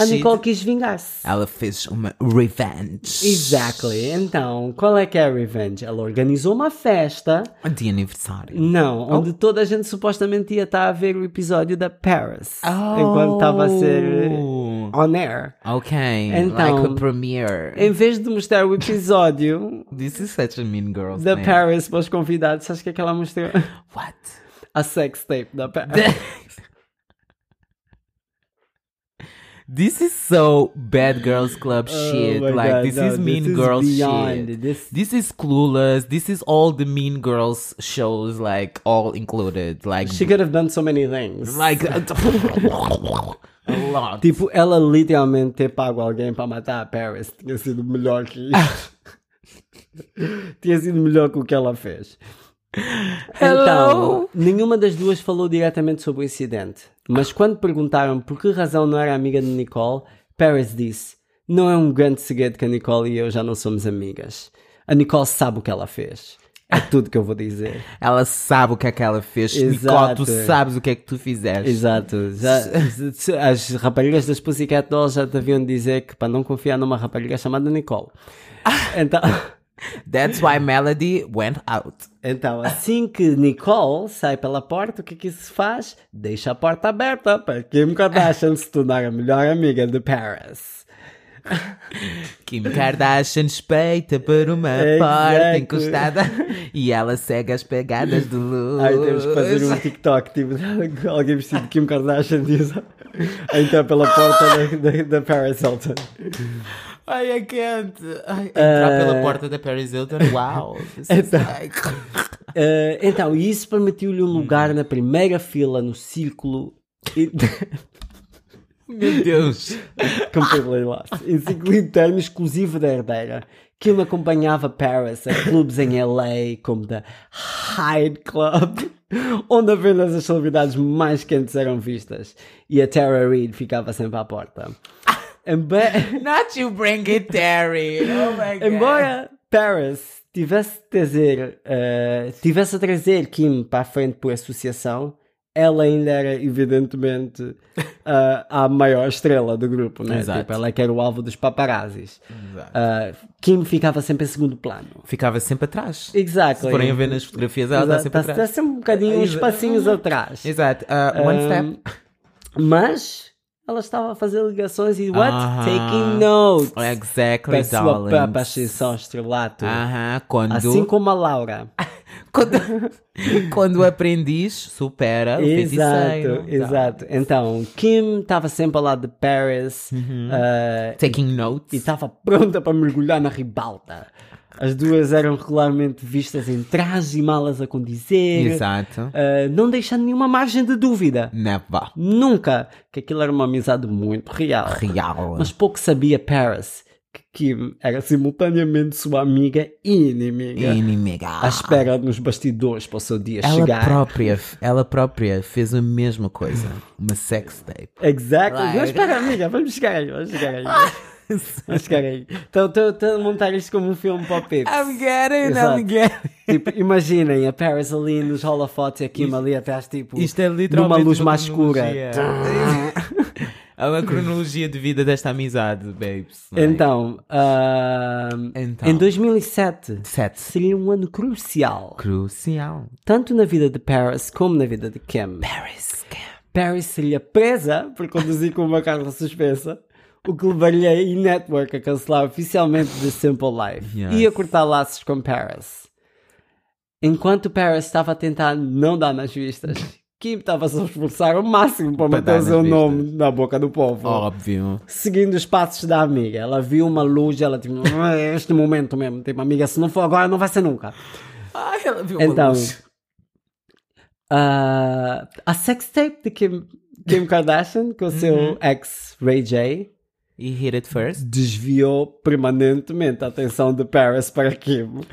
Speaker 1: a
Speaker 2: Shit.
Speaker 1: Nicole quis vingar-se.
Speaker 2: Ela fez uma um, revenge.
Speaker 1: Exactly. Então, qual é que é a revenge? Ela organizou uma festa,
Speaker 2: De aniversário.
Speaker 1: não, onde toda a gente supostamente ia estar a ver o episódio da Paris. Enquanto estava a ser
Speaker 2: Oh.
Speaker 1: on air.
Speaker 2: Ok.
Speaker 1: Então-
Speaker 2: like a premiere.
Speaker 1: Em vez de mostrar o episódio
Speaker 2: This is such a mean girl.
Speaker 1: da Paris para os convidados, acho que é que ela mostrou
Speaker 2: What?
Speaker 1: a sex tape da Paris.
Speaker 2: This is so bad girls club shit.
Speaker 1: Oh my
Speaker 2: Like
Speaker 1: God,
Speaker 2: this
Speaker 1: no,
Speaker 2: is mean girls
Speaker 1: beyond.
Speaker 2: shit.
Speaker 1: This-
Speaker 2: This is clueless. This is all the mean girls shows like all included. Like
Speaker 1: She could have done so many things.
Speaker 2: like a lot.
Speaker 1: Tipo, ela literalmente ter pago alguém para matar a Paris tinha sido melhor que isso. tinha sido melhor que o que ela fez. Então,
Speaker 2: Hello?
Speaker 1: nenhuma das duas falou diretamente sobre o incidente. Mas quando perguntaram por que razão não era amiga de Nicole, Paris disse: Não é um grande segredo que a Nicole e eu já não somos amigas. A Nicole sabe o que ela fez. É tudo que eu vou dizer.
Speaker 2: Ela sabe o que é que ela fez. Nicole,
Speaker 1: Exato.
Speaker 2: tu sabes o que é que tu fizeste.
Speaker 1: Exato. Já, as raparigas das Pussycat Dolls já deviam dizer que para não confiar numa rapariga chamada Nicole. Então,
Speaker 2: That's why Melody went out.
Speaker 1: então, assim que Nicole sai pela porta, o que é que se faz? Deixa a porta aberta para Kim Kardashian se tornar a melhor amiga de Paris.
Speaker 2: Kim Kardashian espeita para uma
Speaker 1: Exato.
Speaker 2: porta encostada e ela segue as pegadas do luz.
Speaker 1: Aí temos que fazer um TikTok, tipo, alguém vestido de Kim Kardashian diz a entrar pela porta da, da, da Paris Hilton.
Speaker 2: Ai, I can't. Ai,
Speaker 1: Ah.
Speaker 2: entrar pela porta da Paris Hilton. Wow. This is
Speaker 1: Então.
Speaker 2: like...
Speaker 1: Eh, então, isso permitiu-lhe um lugar na primeira fila no círculo. e-
Speaker 2: Meu Deus.
Speaker 1: Completely lost. Em ciclo interno exclusivo da herdeira. Que ele acompanhava Paris a clubes em LA, como da Hyde Club, onde apenas as celebridades mais quentes eram vistas. E a Tara Reid ficava sempre à porta. Embe-
Speaker 2: Not you bring it, Terry. Oh my God.
Speaker 1: Embora Paris tivesse, de trazer, eh, tivesse a trazer Kim para a frente por associação, ela ainda era, evidentemente, ah, a maior estrela do grupo, né?
Speaker 2: Exato.
Speaker 1: Tipo, ela que era o alvo dos paparazzis.
Speaker 2: Exato.
Speaker 1: Ah, Kim ficava sempre em segundo plano.
Speaker 2: Ficava sempre atrás.
Speaker 1: Exactly.
Speaker 2: Porém, a ver nas fotografias, ela está
Speaker 1: Exato,
Speaker 2: é sempre
Speaker 1: tá- tá
Speaker 2: atrás.
Speaker 1: sempre um bocadinho uns
Speaker 2: Exa- Uhum.
Speaker 1: passinhos atrás.
Speaker 2: Exato. Uh, one
Speaker 1: Um,
Speaker 2: step.
Speaker 1: Mas ela estava a fazer ligações e what?
Speaker 2: Aham.
Speaker 1: Taking notes.
Speaker 2: Exactly,
Speaker 1: Para a sua
Speaker 2: darling.
Speaker 1: própria ascensão estrelato.
Speaker 2: Aham, quando,
Speaker 1: Assim como a Laura.
Speaker 2: quando, quando aprendiz, supera o feiticeiro.
Speaker 1: exato,
Speaker 2: Tá.
Speaker 1: exato. Então, Kim estava sempre ao lado de Paris
Speaker 2: Uhum.
Speaker 1: ah,
Speaker 2: Taking
Speaker 1: e
Speaker 2: notes.
Speaker 1: estava pronta para mergulhar na ribalta. As duas eram regularmente vistas em trajes e malas a condizer,
Speaker 2: Exato.
Speaker 1: ah, não deixando nenhuma margem de dúvida.
Speaker 2: Never.
Speaker 1: Nunca que aquilo era uma amizade muito real.
Speaker 2: Real.
Speaker 1: Mas pouco sabia Paris que Kim era simultaneamente sua amiga e inimiga.
Speaker 2: Inimiga.
Speaker 1: À espera nos bastidores para o seu dia
Speaker 2: Ah. Ela
Speaker 1: chegar.
Speaker 2: própria, ela própria fez a mesma coisa. Uma sex tape.
Speaker 1: Exactly.
Speaker 2: Like-
Speaker 1: Mas espera, amiga, vamos chegar aí, vamos chegar aí. vamos chegar aí. Então estou estou a montar isto como um filme para o Pips.
Speaker 2: I'm getting,
Speaker 1: Exato.
Speaker 2: I'm getting.
Speaker 1: Tipo, imaginem a Paris ali nos holofotes e a Kim ali atrás, tipo,
Speaker 2: Isto é
Speaker 1: numa
Speaker 2: literalmente
Speaker 1: luz
Speaker 2: uma
Speaker 1: mais escura.
Speaker 2: cronologia. É uma cronologia de vida desta amizade, babes. Like,
Speaker 1: Então, ahm,
Speaker 2: Então.
Speaker 1: em 2007
Speaker 2: Sete.
Speaker 1: seria um ano crucial,
Speaker 2: Crucial.
Speaker 1: tanto na vida de Paris como na vida de Kim.
Speaker 2: Paris Camp.
Speaker 1: Paris seria presa por conduzir com uma carga suspensa, o que levaria a E-Network a cancelar oficialmente The Simple Life
Speaker 2: Yes.
Speaker 1: e a cortar laços com Paris. Enquanto Paris estava a tentar não dar nas vistas, Kim estava a se esforçar ao máximo para
Speaker 2: Para
Speaker 1: manter
Speaker 2: dar
Speaker 1: o
Speaker 2: nas
Speaker 1: seu
Speaker 2: vistas. Oh.
Speaker 1: nome na boca do povo.
Speaker 2: Óbvio.
Speaker 1: Seguindo os passos da amiga, ela viu uma luz, ela tipo, "Ah, é este momento mesmo, tipo, amiga, se não for agora, não vai ser nunca.
Speaker 2: Ai, ela viu
Speaker 1: Então, Ah, a sex tape de Kim, Kim Kardashian com o seu
Speaker 2: Uhum.
Speaker 1: ex Ray J
Speaker 2: E hit it first.
Speaker 1: desviou permanentemente a atenção de Paris para Kim. As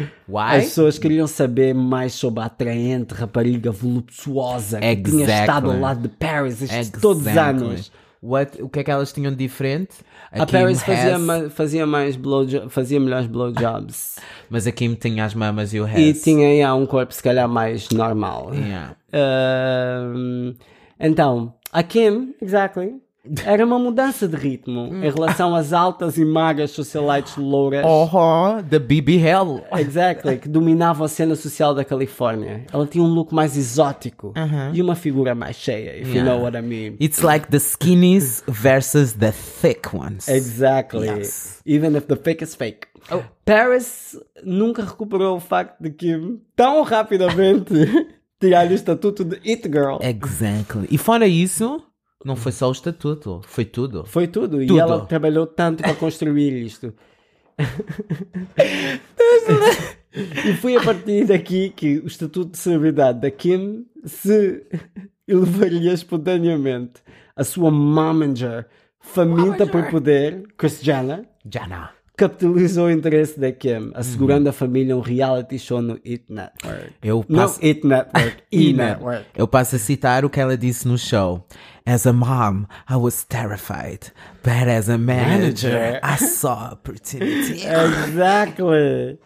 Speaker 2: Why?
Speaker 1: pessoas queriam saber mais sobre a atraente rapariga voluptuosa que tinha
Speaker 2: Exactly.
Speaker 1: estado ao lado de Paris estes
Speaker 2: Exactly.
Speaker 1: todos os anos.
Speaker 2: What, o que é que elas tinham de diferente?
Speaker 1: A,
Speaker 2: Kim
Speaker 1: Paris fazia,
Speaker 2: has-
Speaker 1: ma- fazia mais blowjo- fazia melhores blowjobs
Speaker 2: Mas a Kim tinha as mamas e o
Speaker 1: e
Speaker 2: resto.
Speaker 1: tinha yeah, um corpo se calhar mais normal.
Speaker 2: Yeah.
Speaker 1: Ahm, então, a Kim, exactly, era uma mudança de ritmo em relação às altas e magras socialites louras.
Speaker 2: Oh, da BB Hell.
Speaker 1: Exactly, que dominava a cena social da Califórnia. Ela tinha um look mais exótico e uma figura mais cheia, if you
Speaker 2: Uhum. Yeah.
Speaker 1: know what I mean.
Speaker 2: It's like the skinnies versus the thick ones.
Speaker 1: Exactly.
Speaker 2: Yes. Oh.
Speaker 1: Even if the fake is fake. Paris nunca recuperou o facto de Kim tão rapidamente tirar-lhe o estatuto de It Girl.
Speaker 2: Exactly. E fora isso, não foi só o estatuto, foi tudo.
Speaker 1: Foi tudo.
Speaker 2: Tudo.
Speaker 1: E ela trabalhou tanto para construir isto. e foi a partir daqui que o estatuto de celebridade da Kim se elevaria espontaneamente. A sua momager, faminta por poder, Kris Jenner,
Speaker 2: Jana.
Speaker 1: capitalizou o interesse da Kim, assegurando à família um reality show no It Network.
Speaker 2: Eu
Speaker 1: Não
Speaker 2: passo,
Speaker 1: It Network, E Network.
Speaker 2: eu passo a citar o que ela disse no show. As a mom, I was terrified. But as a manager, I saw opportunity
Speaker 1: Exactly.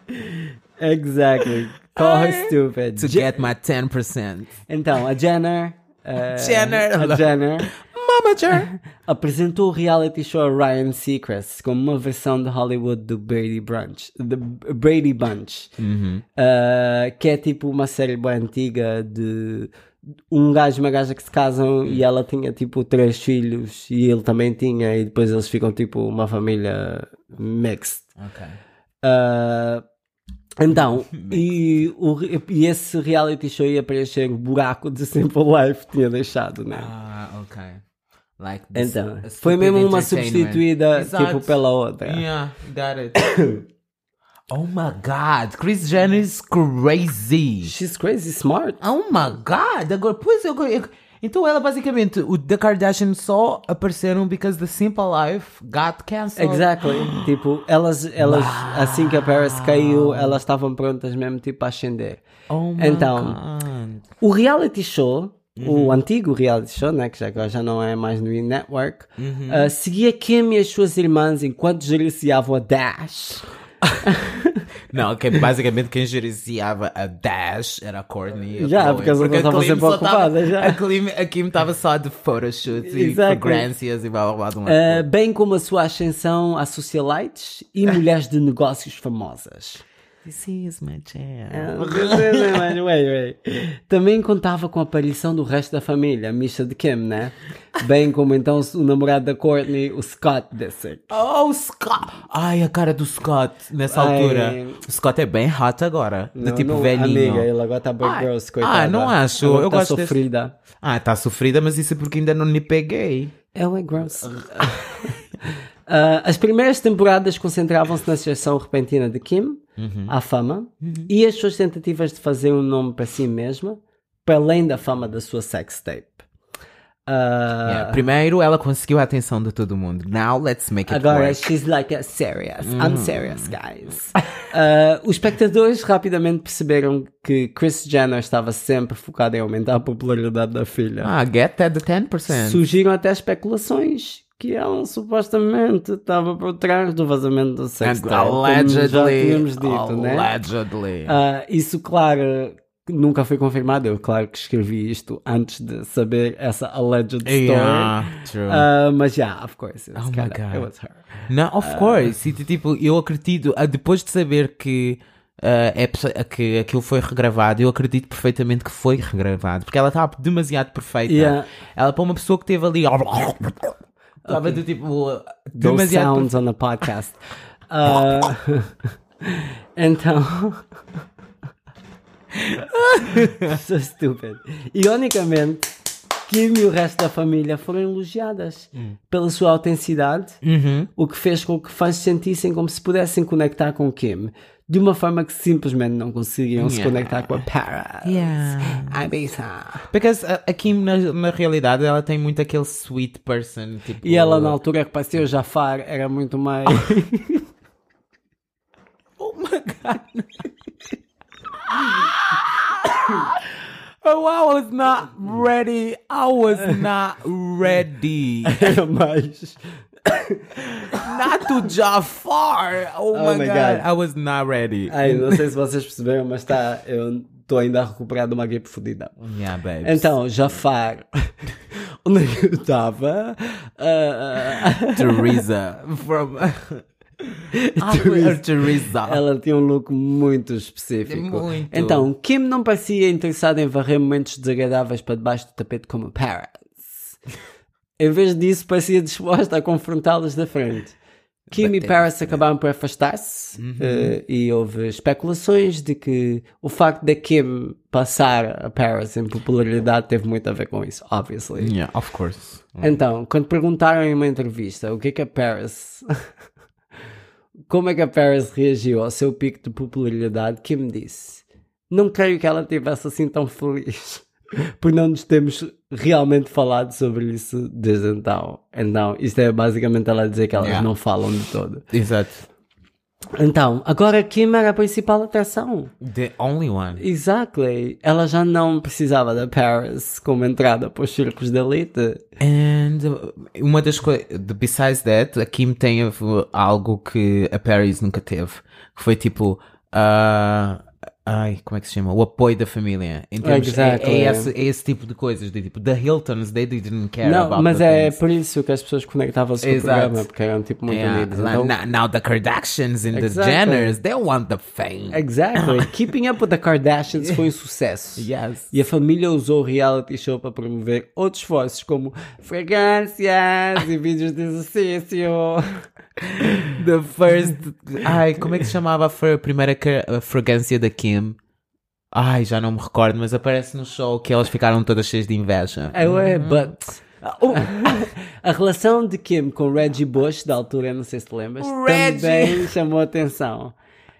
Speaker 1: Exactly. Call her stupid.
Speaker 2: to get my 10%.
Speaker 1: Então, a Jenner. eh,
Speaker 2: Jenner.
Speaker 1: A Jenner
Speaker 2: Momager!
Speaker 1: apresentou o reality show a Ryan Seacrest como uma versão de Hollywood do Brady Bunch, the Brady Bunch eh, que é tipo uma série bem antiga de um gajo e uma gaja que se casam e ela tinha tipo três filhos e ele também tinha e depois eles ficam tipo uma família mixed.
Speaker 2: Ok.
Speaker 1: Ah, então, e, o re- e esse reality show ia preencher o buraco de Simple Life que tinha deixado, né?
Speaker 2: Ah, ok. Like this
Speaker 1: Então,
Speaker 2: stupid
Speaker 1: foi mesmo uma
Speaker 2: entertainment.
Speaker 1: substituída
Speaker 2: Exato.
Speaker 1: tipo pela outra.
Speaker 2: Yeah, got it. oh my god, Chris Jenner is crazy.
Speaker 1: She's crazy smart.
Speaker 2: Oh my god, agora, pois eu, eu- Então ela basicamente, o The Kardashian só apareceram because The Simple Life got cancelled.
Speaker 1: Exactly.
Speaker 2: ah.
Speaker 1: tipo, elas, elas assim que a Paris caiu, elas estavam prontas mesmo tipo a ascender.
Speaker 2: Oh my
Speaker 1: Então,
Speaker 2: god.
Speaker 1: O reality show,
Speaker 2: Uhum.
Speaker 1: o antigo reality show, né, que já, agora já não é mais no E! Network,
Speaker 2: Uhum.
Speaker 1: ah, seguia Kim e as suas irmãs enquanto gerenciavam a Dash.
Speaker 2: Não, que basicamente quem gerenciava a Dash era a Courtney.
Speaker 1: Já, porque elas estavam sempre ocupadas, já.
Speaker 2: A, Kim- a Kim estava só de photoshoots e
Speaker 1: Exactly.
Speaker 2: fragrâncias e blá blá blá. de um lado
Speaker 1: Uh, bem como a sua ascensão a socialites e mulheres de negócios famosas.
Speaker 2: This is my channel.
Speaker 1: É. Ué, ué. Também contava com a aparição do resto da família, mista de Kim, né? Bem como então o namorado da Courtney, o Scott Disick.
Speaker 2: Oh, o Scott! Ai, a cara do Scott nessa
Speaker 1: Ai.
Speaker 2: altura. O Scott é bem hot agora. Do
Speaker 1: Não,
Speaker 2: tipo
Speaker 1: não,
Speaker 2: velhinho.
Speaker 1: Amiga, ele agora está bem
Speaker 2: Ai,
Speaker 1: gross,
Speaker 2: ah,
Speaker 1: coitada.
Speaker 2: não acho,
Speaker 1: Ela
Speaker 2: eu
Speaker 1: tá
Speaker 2: gosto desse-
Speaker 1: sofrida.
Speaker 2: Ah, tá sofrida, mas isso é porque ainda não lhe peguei.
Speaker 1: Ela é gross. Ah, as primeiras temporadas concentravam-se na ascensão repentina de Kim à fama e as suas tentativas de fazer um nome para si mesma, para além da fama da sua sex tape. Ah,
Speaker 2: Yeah, É, Primeiro, ela conseguiu a atenção de todo mundo. Now, let's make it
Speaker 1: Agora,
Speaker 2: work.
Speaker 1: she's like a serious. I'm serious, guys. Ah, os espectadores rapidamente perceberam que Chris Jenner estava sempre focada em aumentar a popularidade da filha.
Speaker 2: Ah, get that the 10%.
Speaker 1: Surgiram até especulações que ela supostamente estava por trás do vazamento do
Speaker 2: And
Speaker 1: sexto.
Speaker 2: allegedly.
Speaker 1: já tínhamos dito, né?
Speaker 2: allegedly.
Speaker 1: Ah, isso, claro, nunca foi confirmado. Eu, claro, que escrevi isto antes de saber essa alleged story.
Speaker 2: Yeah, true.
Speaker 1: Ah, mas, yeah, of course. It was,
Speaker 2: Oh my
Speaker 1: kinda-
Speaker 2: God.
Speaker 1: It was her.
Speaker 2: Não, of course. E, tipo, eu acredito, ah, depois de saber que, ah, é, pessoa- que aquilo foi regravado, eu acredito perfeitamente que foi regravado. Porque ela estava demasiado perfeita.
Speaker 1: Yeah.
Speaker 2: Ela, para uma pessoa que teve ali. Estava do tipo. ah,
Speaker 1: Those
Speaker 2: Demasiado.
Speaker 1: sounds on the podcast. Ah, então. so stupid. Ironicamente, Kim e o resto da família foram elogiadas
Speaker 2: Hum.
Speaker 1: pela sua autenticidade,
Speaker 2: Uhum.
Speaker 1: o que fez com que fãs se sentissem como se pudessem conectar com Kim de uma forma que simplesmente não conseguiam se
Speaker 2: Yeah.
Speaker 1: conectar com a Paris.
Speaker 2: Yeah.
Speaker 1: Ibiza.
Speaker 2: Because a, a Kim, na, na realidade, ela tem muito aquele sweet person. Tipo,
Speaker 1: E ela, na altura que parecia o Jafar, era muito mais.
Speaker 2: Oh my god. oh, I was not ready. I was not ready.
Speaker 1: era mais.
Speaker 2: not to Jafar. Oh,
Speaker 1: Oh
Speaker 2: my,
Speaker 1: my
Speaker 2: god.
Speaker 1: God.
Speaker 2: I was not ready.
Speaker 1: Ai, não sei se vocês perceberam, mas tá, eu estou ainda a recuperar de uma gripe fodida.
Speaker 2: yeah, babe.
Speaker 1: Então, Jafar, onde é que eu estava? Ah,
Speaker 2: Teresa from
Speaker 1: Teresa.
Speaker 2: Teresa.
Speaker 1: ela tinha um look muito específico.
Speaker 2: Muito.
Speaker 1: Então, Kim não parecia interessada em varrer momentos desagradáveis para debaixo do tapete como a Paris. Em vez disso, parecia disposta a confrontá-los da frente. Kim e Paris acabaram por afastar-se eh, e houve especulações de que o facto da Kim passar a Paris em popularidade teve muito a ver com isso, obviously.
Speaker 2: Yeah, of course.
Speaker 1: Então, quando perguntaram em uma entrevista o que é que a Paris. Como é que a Paris reagiu ao seu pico de popularidade, Kim disse: Não creio que ela estivesse assim tão feliz, por não nos termos realmente falado sobre isso desde então. Então, isto é basicamente ela dizer que elas
Speaker 2: Yeah.
Speaker 1: não falam de todo.
Speaker 2: Exato.
Speaker 1: Então, agora Kim era a principal atração.
Speaker 2: The only one.
Speaker 1: Exactly. Ela já não precisava da Paris como entrada para os circos de elite.
Speaker 2: And uh, uma das coisas, besides that, a Kim tem uh, algo que a Paris nunca teve, que foi tipo, ah, ai, como é que se chama? O apoio da família. Em termos- é,
Speaker 1: Exactly.
Speaker 2: é esse, é esse tipo de coisas, de tipo, the Hiltons, they didn't care
Speaker 1: Não,
Speaker 2: about
Speaker 1: mas
Speaker 2: the
Speaker 1: é
Speaker 2: things.
Speaker 1: por isso que as pessoas conectavam-se com o
Speaker 2: Exato.
Speaker 1: programa, porque eram tipo muito
Speaker 2: Yeah,
Speaker 1: unidos.
Speaker 2: like,
Speaker 1: Então,
Speaker 2: É, na- now the Kardashians and
Speaker 1: Exactly.
Speaker 2: the Jenners, they want the fame.
Speaker 1: exactly. Keeping Up with the Kardashians foi um sucesso.
Speaker 2: Yes.
Speaker 1: E a família usou o reality show para promover outros esforços como fragrâncias e vídeos de exercício.
Speaker 2: The first. Ai, como é que se chamava a fra- primeira ca- a fragrância da Kim? Ai, já não me recordo, mas aparece no show que elas ficaram todas cheias de inveja.
Speaker 1: É, ué, but. A relação de Kim com Reggie Bush, da altura, não sei se te lembras,
Speaker 2: O Reggie.
Speaker 1: também chamou atenção.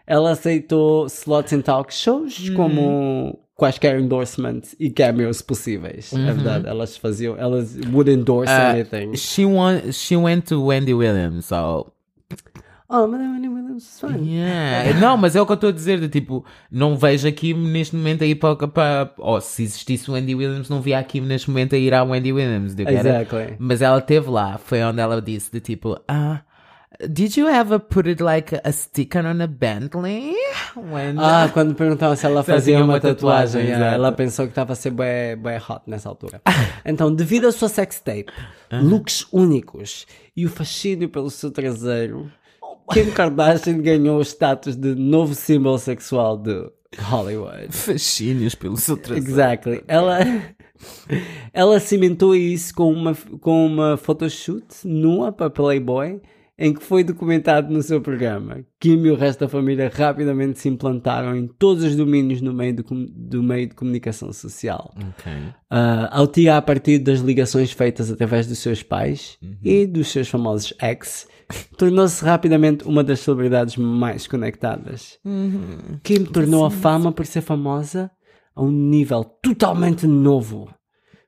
Speaker 1: Ela aceitou slots em talk shows como quaisquer endorsements e cameos possíveis. É verdade, elas faziam, elas would endorse anything.
Speaker 2: She, won, she went to Wendy Williams, so.
Speaker 1: Oh, mas a Wendy Williams is fun.
Speaker 2: Yeah. Não, mas é o que eu estou a dizer, de tipo, não vejo a Kim neste momento a ir para. para oh, se existisse Wendy Williams, não via a Kim neste momento a ir à Wendy Williams. do you get it?
Speaker 1: Exactly.
Speaker 2: Mas ela teve lá, foi onde ela disse de tipo, ah, did you ever put it like a sticker on a Bentley? When
Speaker 1: Ah, quando perguntaram se ela
Speaker 2: Se ela
Speaker 1: fazia
Speaker 2: tinha
Speaker 1: uma,
Speaker 2: uma
Speaker 1: tatuagem,
Speaker 2: tatuagem,
Speaker 1: yeah,
Speaker 2: exato.
Speaker 1: ela pensou que estava a ser bem, bem hot nessa altura. Então, devido à sua sex tape, looks únicos e o fascínio pelo seu traseiro, Kim Kardashian ganhou o status de novo símbolo sexual de Hollywood.
Speaker 2: Fascínios pelo seu traseiro.
Speaker 1: Exactly. Ela, ela cimentou isso com uma, com uma photoshoot nua para Playboy, em que foi documentado no seu programa. Kim e o resto da família rapidamente se implantaram em todos os domínios no meio de, com- do meio de comunicação social.
Speaker 2: Ok.
Speaker 1: Ah, ao tirar a partir das ligações feitas através dos seus pais e dos seus famosos ex, tornou-se rapidamente uma das celebridades mais conectadas. Kim tornou a fama por ser famosa a um nível totalmente novo.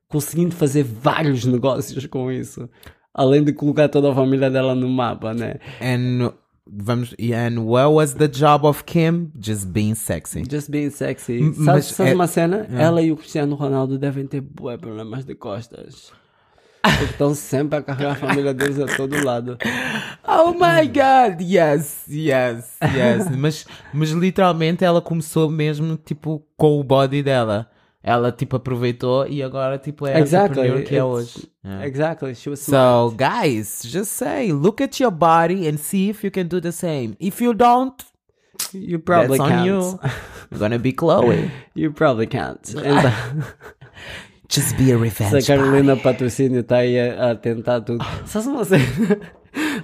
Speaker 1: conseguindo fazer vários negócios com isso. Além de colocar toda a família dela no mapa, né?
Speaker 2: And vamos and what was the job of Kim? Just being sexy.
Speaker 1: Just being sexy. Sabe,
Speaker 2: mas
Speaker 1: sabes
Speaker 2: é-
Speaker 1: uma cena?
Speaker 2: é.
Speaker 1: Ela e o Cristiano Ronaldo devem ter bué problemas de costas. Porque Estão sempre a carregar a família deles a todo lado.
Speaker 2: Oh my god, yes, yes, yes. mas, mas literalmente ela começou mesmo tipo com o body dela. Ela tipo aproveitou e agora tipo é
Speaker 1: Exactly,
Speaker 2: a entrepreneur que é
Speaker 1: it's-
Speaker 2: hoje. Yeah.
Speaker 1: Exactly. She was
Speaker 2: So guys, just say, look at your body and see if you can do the same. If you don't,
Speaker 1: You probably
Speaker 2: that's on
Speaker 1: can't.
Speaker 2: you. You're gonna be Chloe.
Speaker 1: You probably can't. Então,
Speaker 2: Just be a
Speaker 1: essa
Speaker 2: revenge.
Speaker 1: Carolina Patrocínio está aí a, a tentar tudo. Sabes uma cena?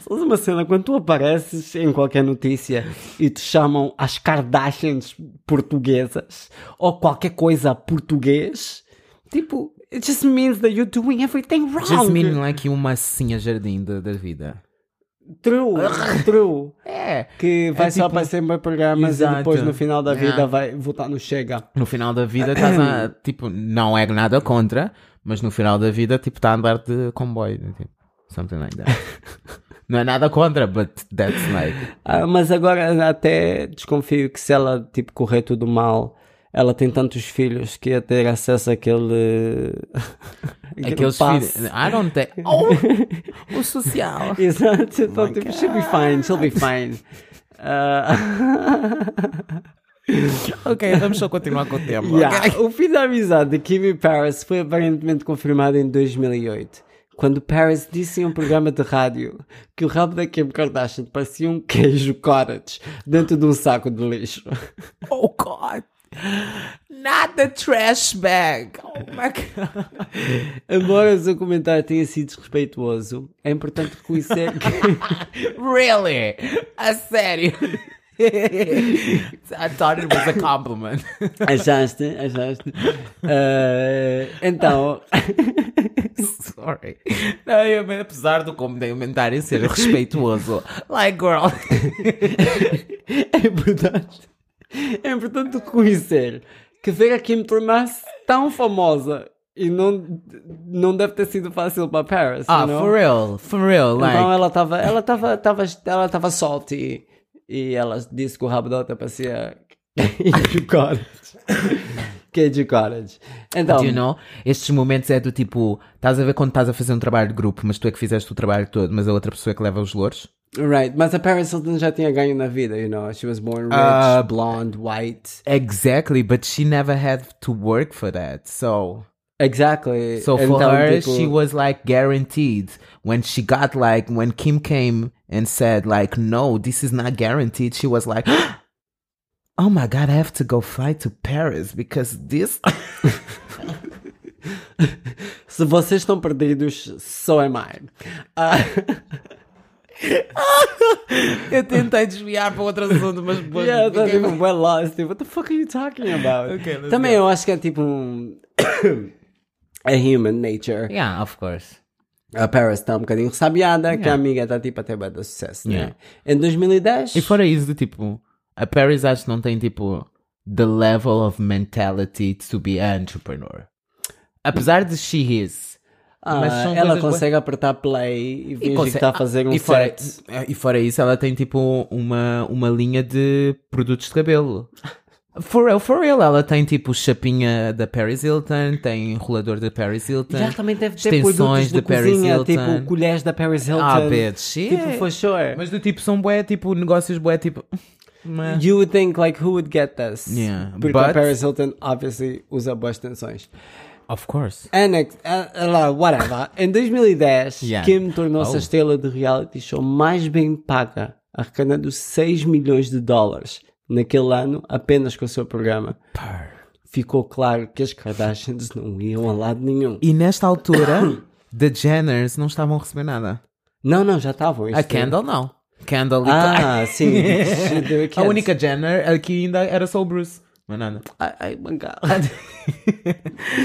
Speaker 1: Sabes uma cena? Quando tu apareces em qualquer notícia e te chamam as Kardashians portuguesas ou qualquer coisa português, tipo, it just means that you're doing everything wrong.
Speaker 2: Just meaning like uma massinha jardim da, da vida.
Speaker 1: True, true.
Speaker 2: É.
Speaker 1: Que vai só
Speaker 2: tipo-
Speaker 1: aparecer em programas e
Speaker 2: Exato.
Speaker 1: depois no final da vida
Speaker 2: Yeah.
Speaker 1: vai votar no Chega.
Speaker 2: No final da vida estás a, tipo, não é nada contra, mas no final da vida, tipo, está a andar de comboio, né, tipo, something like that. não é nada contra, but that's like...
Speaker 1: Ah, mas agora até desconfio que se ela tipo correr tudo mal, ela tem tantos filhos que ia ter acesso àquele aquele
Speaker 2: Aqueles
Speaker 1: passe.
Speaker 2: filhos... né? I don't think... Oh! o social!
Speaker 1: Exato, então tipo, she'll be fine, she'll be fine. Ah,
Speaker 2: ok, vamos só continuar com o tema.
Speaker 1: yeah. O fim da amizade de Kim e Paris foi aparentemente confirmado em 2008, quando Paris disse em um programa de rádio que o rabo da Kim Kardashian parecia um queijo cottage dentro de um saco de lixo.
Speaker 2: Oh, God! Not the trash bag! Oh, my God!
Speaker 1: Embora o seu comentário tenha sido desrespeituoso, é importante reconhecer que.
Speaker 2: Really? A sério? I thought it was a compliment.
Speaker 1: achaste, achaste. Ah, então,
Speaker 2: Sorry. Não, eu, apesar do comentário ser respeitoso. Like, girl.
Speaker 1: é importante. É importante reconhecer que ver a Kim tornar-se tão famosa e não, não deve ter sido fácil para Paris.
Speaker 2: Ah,
Speaker 1: you know?
Speaker 2: for real. For real. Like,
Speaker 1: Então ela estava ela tava, tava, ela tava salty e ela disse que o rabo da outra parecia Cage Cottage. Cage Cottage. Então,
Speaker 2: you know? Estes momentos é do tipo... Estás a ver quando estás a fazer um trabalho de grupo, mas tu é que fizeste o trabalho todo, mas a outra pessoa é que leva os louros?
Speaker 1: Right, mas a Paris Hilton já tinha ganho na vida, you know. She was born rich,
Speaker 2: Ah,
Speaker 1: blonde, white.
Speaker 2: Exactly, but she never had to work for that, so...
Speaker 1: Exactly. Então, tipo,
Speaker 2: So for her, she was like guaranteed. When she got like, when Kim came and said like, no, this is not guaranteed, she was like, oh my god, I have to go fly to Paris because this.
Speaker 1: Se vocês estão perdidos, so am I. Ah,
Speaker 2: Eu tentei desviar para outro assunto, mas depois.
Speaker 1: yeah, tá tipo, well lost. Tipo, what the fuck are you talking about?
Speaker 2: Okay, let's
Speaker 1: Também eu acho que é tipo um... a human nature.
Speaker 2: yeah, of course.
Speaker 1: A Paris está um bocadinho ressabiada, que a amiga está tipo até bem do sucesso, né? Em 2010...
Speaker 2: E fora isso, do tipo, a Paris acho que não tem tipo the level of mentality to be an entrepreneur. Apesar de she is.
Speaker 1: ah,
Speaker 2: mas são
Speaker 1: ela
Speaker 2: coisas boas.
Speaker 1: consegue apertar play e fingir que
Speaker 2: consegue- ah,
Speaker 1: está a fazer um
Speaker 2: e fora,
Speaker 1: set.
Speaker 2: e fora isso, ela tem tipo uma, uma linha de produtos de cabelo. For real, for real. Ela tem tipo chapinha da Paris Hilton, tem enrolador da Paris Hilton.
Speaker 1: E ela também deve ter
Speaker 2: né?
Speaker 1: produtos
Speaker 2: extensões
Speaker 1: de
Speaker 2: da Paris
Speaker 1: cozinha,
Speaker 2: Hilton.
Speaker 1: tipo colheres da Paris Hilton.
Speaker 2: Ah, bitch. shit.
Speaker 1: Tipo, for sure.
Speaker 2: Mas do tipo, são bué, tipo, negócios bué, tipo... meh.
Speaker 1: You would think, like, who would get this?
Speaker 2: Yeah,
Speaker 1: Porque
Speaker 2: but-
Speaker 1: a Paris Hilton, obviously, usa boas tensões.
Speaker 2: Of course.
Speaker 1: Annex, ah, ah, whatever. Em 2010,
Speaker 2: Yeah.
Speaker 1: Kim tornou-se
Speaker 2: Oh.
Speaker 1: a estrela de reality show mais bem paga, arrecadando 6 milhões de dólares naquele ano apenas com o seu programa. Ficou claro que as Kardashians não iam a lado nenhum.
Speaker 2: E nesta altura, the Jenners não estavam a receber nada.
Speaker 1: Não, não, já estavam.
Speaker 2: A
Speaker 1: isto-
Speaker 2: Kendall não. Kendall e
Speaker 1: Ah, sim.
Speaker 2: A única Jenner aqui ainda era só o Bruce. Mas nada.
Speaker 1: Ai, ai, my God.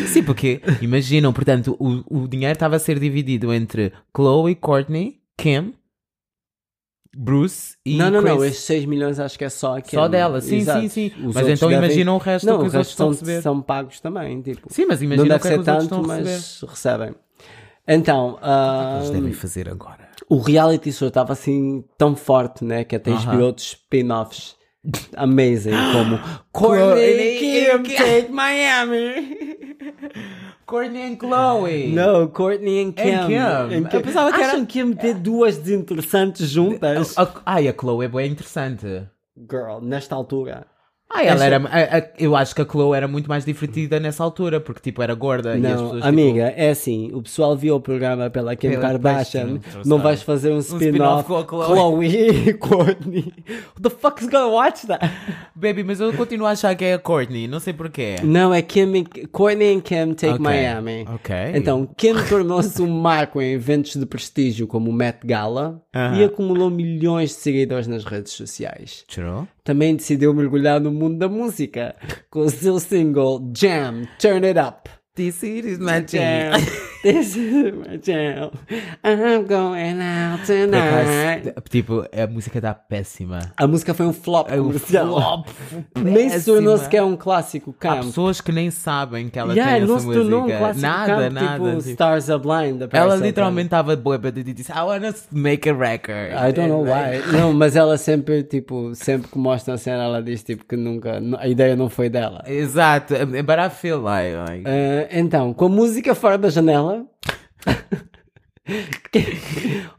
Speaker 2: Sim, porque imaginam, portanto, o, o dinheiro estava a ser dividido entre Chloe, Courtney, Kim Bruce e
Speaker 1: não, não,
Speaker 2: Chris.
Speaker 1: não. Estes 6 milhões acho que é só aquela.
Speaker 2: Só dela, sim,
Speaker 1: Exato.
Speaker 2: sim, sim.
Speaker 1: Os
Speaker 2: mas
Speaker 1: outros
Speaker 2: então
Speaker 1: devem-
Speaker 2: imagina o resto
Speaker 1: Não,
Speaker 2: que
Speaker 1: o
Speaker 2: os outros
Speaker 1: resto
Speaker 2: estão a
Speaker 1: são,
Speaker 2: receber.
Speaker 1: são pagos também. Tipo,
Speaker 2: Sim, mas
Speaker 1: não
Speaker 2: imagina o
Speaker 1: deve
Speaker 2: que é que
Speaker 1: ser
Speaker 2: os outros
Speaker 1: tanto,
Speaker 2: estão a receber. Tá
Speaker 1: mas recebem. Então, ah,
Speaker 2: Eles devem fazer agora.
Speaker 1: o reality show estava assim tão forte, né? Que até inspirou
Speaker 2: Aham.
Speaker 1: outros spin-offs amazing, como Courtney
Speaker 2: Courtney Kim
Speaker 1: Kim Take Miami.
Speaker 2: Courtney and Chloe.
Speaker 1: Não, Courtney and Kim.
Speaker 2: And Kim. Eu pensava que era-
Speaker 1: Acham que ia meter duas desinteressantes juntas?
Speaker 2: A- ai, a Chloe é bem interessante.
Speaker 1: Girl, nesta altura. É
Speaker 2: Ah, ela era, a- a- eu acho que a Chloe era muito mais divertida nessa altura, porque tipo era gorda e as
Speaker 1: Não,
Speaker 2: pessoas. tipo,
Speaker 1: amiga, é assim, o pessoal viu o programa pela Kim
Speaker 2: Pela
Speaker 1: Kardashian,
Speaker 2: Kardashian,
Speaker 1: não vais fazer um spin-off
Speaker 2: spin-off com a
Speaker 1: Chloe e Courtney. Who the fuck is gonna watch that?
Speaker 2: tipo, Baby, mas eu continuo a achar que é a Courtney, não sei porquê.
Speaker 1: Não, é Kim e, Courtney and Kim Take
Speaker 2: Ok,
Speaker 1: Miami.
Speaker 2: ok.
Speaker 1: Então, Kim tornou-se um marco em eventos de prestígio como o Met Gala e
Speaker 2: Aham.
Speaker 1: acumulou milhões de seguidores nas redes sociais.
Speaker 2: True.
Speaker 1: Também decidiu mergulhar no mundo da música com o seu single Jam, Turn It Up.
Speaker 2: This is my
Speaker 1: jam. This is my jam. I'm going out
Speaker 2: Por acaso,
Speaker 1: tonight.
Speaker 2: t- Tipo, a música está péssima.
Speaker 1: A música foi um flop
Speaker 2: É um
Speaker 1: comercial.
Speaker 2: flop.
Speaker 1: Nem se tornou
Speaker 2: péssima.
Speaker 1: sequer um clássico
Speaker 2: Há
Speaker 1: camp.
Speaker 2: pessoas que nem sabem que ela
Speaker 1: Yeah,
Speaker 2: tem
Speaker 1: não
Speaker 2: essa
Speaker 1: se
Speaker 2: música.
Speaker 1: tornou um clássico
Speaker 2: nada,
Speaker 1: camp,
Speaker 2: nada.
Speaker 1: tipo
Speaker 2: tipo,
Speaker 1: Stars Are Blind. da Paris
Speaker 2: Ela
Speaker 1: Hilton.
Speaker 2: literalmente estava bêbada e disse: I wanna make a record.
Speaker 1: I don't know
Speaker 2: And, like,
Speaker 1: why. Não, mas ela sempre, tipo, sempre que mostra a cena, ela diz, tipo, que nunca, a ideia não foi dela.
Speaker 2: Exato, but I feel like. like-
Speaker 1: Ah, então, com a música fora da janela, Kim,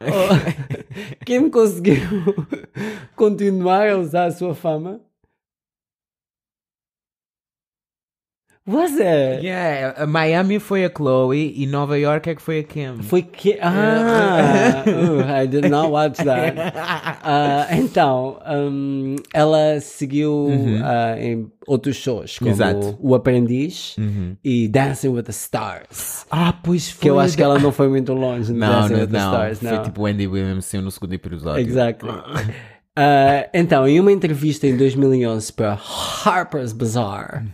Speaker 1: oh, Kim conseguiu continuar a usar a sua fama? Was it?
Speaker 2: Yeah, a Miami foi a Chloe e Nova York é que foi a Kim.
Speaker 1: Foi que. Ah! uh, I did not watch that. Ah, então, hum, ela seguiu ah, em outros shows, como
Speaker 2: Exato. Uhum.
Speaker 1: O Aprendiz e Dancing with the Stars.
Speaker 2: Ah, pois foi.
Speaker 1: Que eu acho que ela não foi muito longe no
Speaker 2: Não,
Speaker 1: Dancing
Speaker 2: não,
Speaker 1: with the
Speaker 2: não.
Speaker 1: Stars,
Speaker 2: foi
Speaker 1: não.
Speaker 2: tipo um o Andy Williams saiu no segundo episódio.
Speaker 1: Exactly. Ah, então, em uma entrevista em 2011 para Harper's Bazaar,
Speaker 2: Uhum.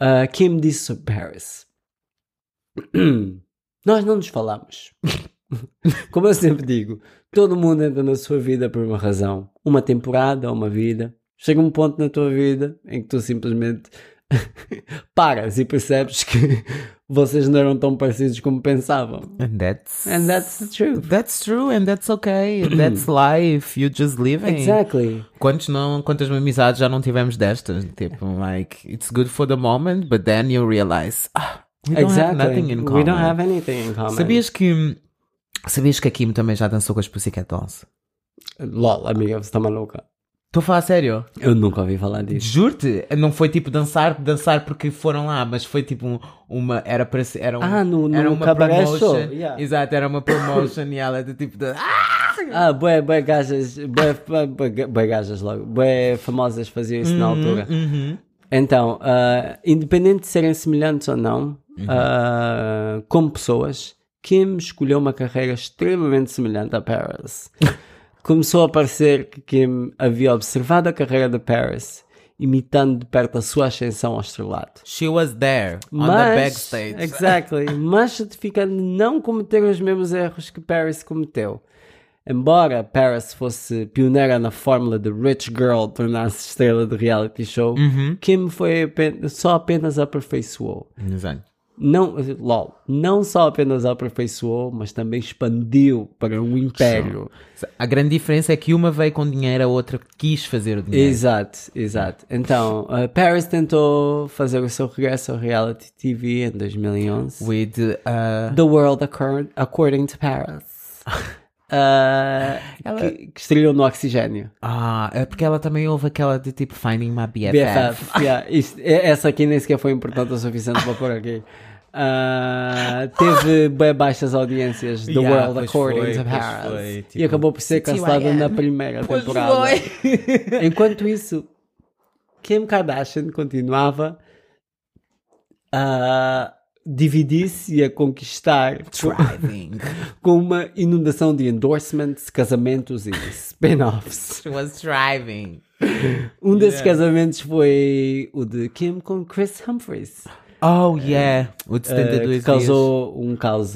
Speaker 1: ah, Kim disse sobre Paris: Nós não nos falamos. Como eu sempre digo, todo mundo entra na sua vida por uma razão. Uma temporada, uma vida. Chega um ponto na tua vida em que tu simplesmente paras e percebes que vocês não eram tão parecidos como pensavam.
Speaker 2: And that's.
Speaker 1: And that's the truth.
Speaker 2: That's true and that's okay. That's life. You just living.
Speaker 1: Exactly.
Speaker 2: Quantos não, quantas amizades já não tivemos destas? Tipo, like, it's good for the moment, but then you realize, ah, we don't
Speaker 1: exactly.
Speaker 2: have nothing in common.
Speaker 1: We don't have anything in common.
Speaker 2: Sabias que sabias que a Kim também já dançou com as Pussycat Dolls?
Speaker 1: LOL, amiga, você tá maluca.
Speaker 2: Estou a falar a sério.
Speaker 1: Eu nunca ouvi falar disso.
Speaker 2: Juro-te, não foi tipo dançar, dançar porque foram lá, mas foi tipo um- uma, era para ser, era um,
Speaker 1: Ah, no- no
Speaker 2: era uma
Speaker 1: cabaré
Speaker 2: promotion.
Speaker 1: show, yeah.
Speaker 2: Exato, era uma promotion e ela de tipo de, ah!
Speaker 1: Ah, boé, boé gajas, boé, boé, boé gajas logo, boé famosas faziam isso
Speaker 2: Uhum.
Speaker 1: na altura. Então, ah, independente de serem semelhantes ou não,
Speaker 2: Uhum.
Speaker 1: ah, como pessoas, Kim escolheu uma carreira extremamente semelhante a Paris. Começou a parecer que Kim havia observado a carreira de Paris, imitando de perto a sua ascensão ao estrelato.
Speaker 2: She was there on the backstage.
Speaker 1: Exactly. mas certificando de não cometer os mesmos erros que Paris cometeu. Embora Paris fosse pioneira na fórmula de Rich Girl tornar-se estrela de reality show,
Speaker 2: Uhum.
Speaker 1: Kim foi apen- só apenas aperfeiçoou.
Speaker 2: Exato.
Speaker 1: Não, lol, não só apenas aperfeiçoou, mas também expandiu para um império.
Speaker 2: A grande diferença é que uma veio com dinheiro, a outra quis fazer o dinheiro.
Speaker 1: Exato, exato. Então, uh, Paris tentou fazer o seu regresso ao reality TV em 2011.
Speaker 2: With, uh,
Speaker 1: The World Accor- According to Paris. Ah, que, que estreou no Oxigênio.
Speaker 2: ah, é porque ela também houve aquela de tipo Finding My BFF.
Speaker 1: BFF. yeah, isto- é- essa aqui nem sequer foi importante o suficiente para pôr aqui. Ah, teve bem baixas audiências The
Speaker 2: Yeah,
Speaker 1: World
Speaker 2: pois
Speaker 1: According
Speaker 2: foi,
Speaker 1: to
Speaker 2: pois
Speaker 1: Paris
Speaker 2: foi,
Speaker 1: e
Speaker 2: tipo,
Speaker 1: acabou por ser cancelada
Speaker 2: CYM.
Speaker 1: na primeira temporada. Enquanto isso, Kim Kardashian continuava a dividir-se e a conquistar
Speaker 2: Thriving.
Speaker 1: com uma inundação de endorsements, casamentos e spin-offs.
Speaker 2: She was thriving.
Speaker 1: Um desses casamentos foi o de Kim com Chris Humphries,
Speaker 2: Oh, yeah. O de
Speaker 1: eh,
Speaker 2: 72
Speaker 1: que
Speaker 2: dias.
Speaker 1: causou um, caos,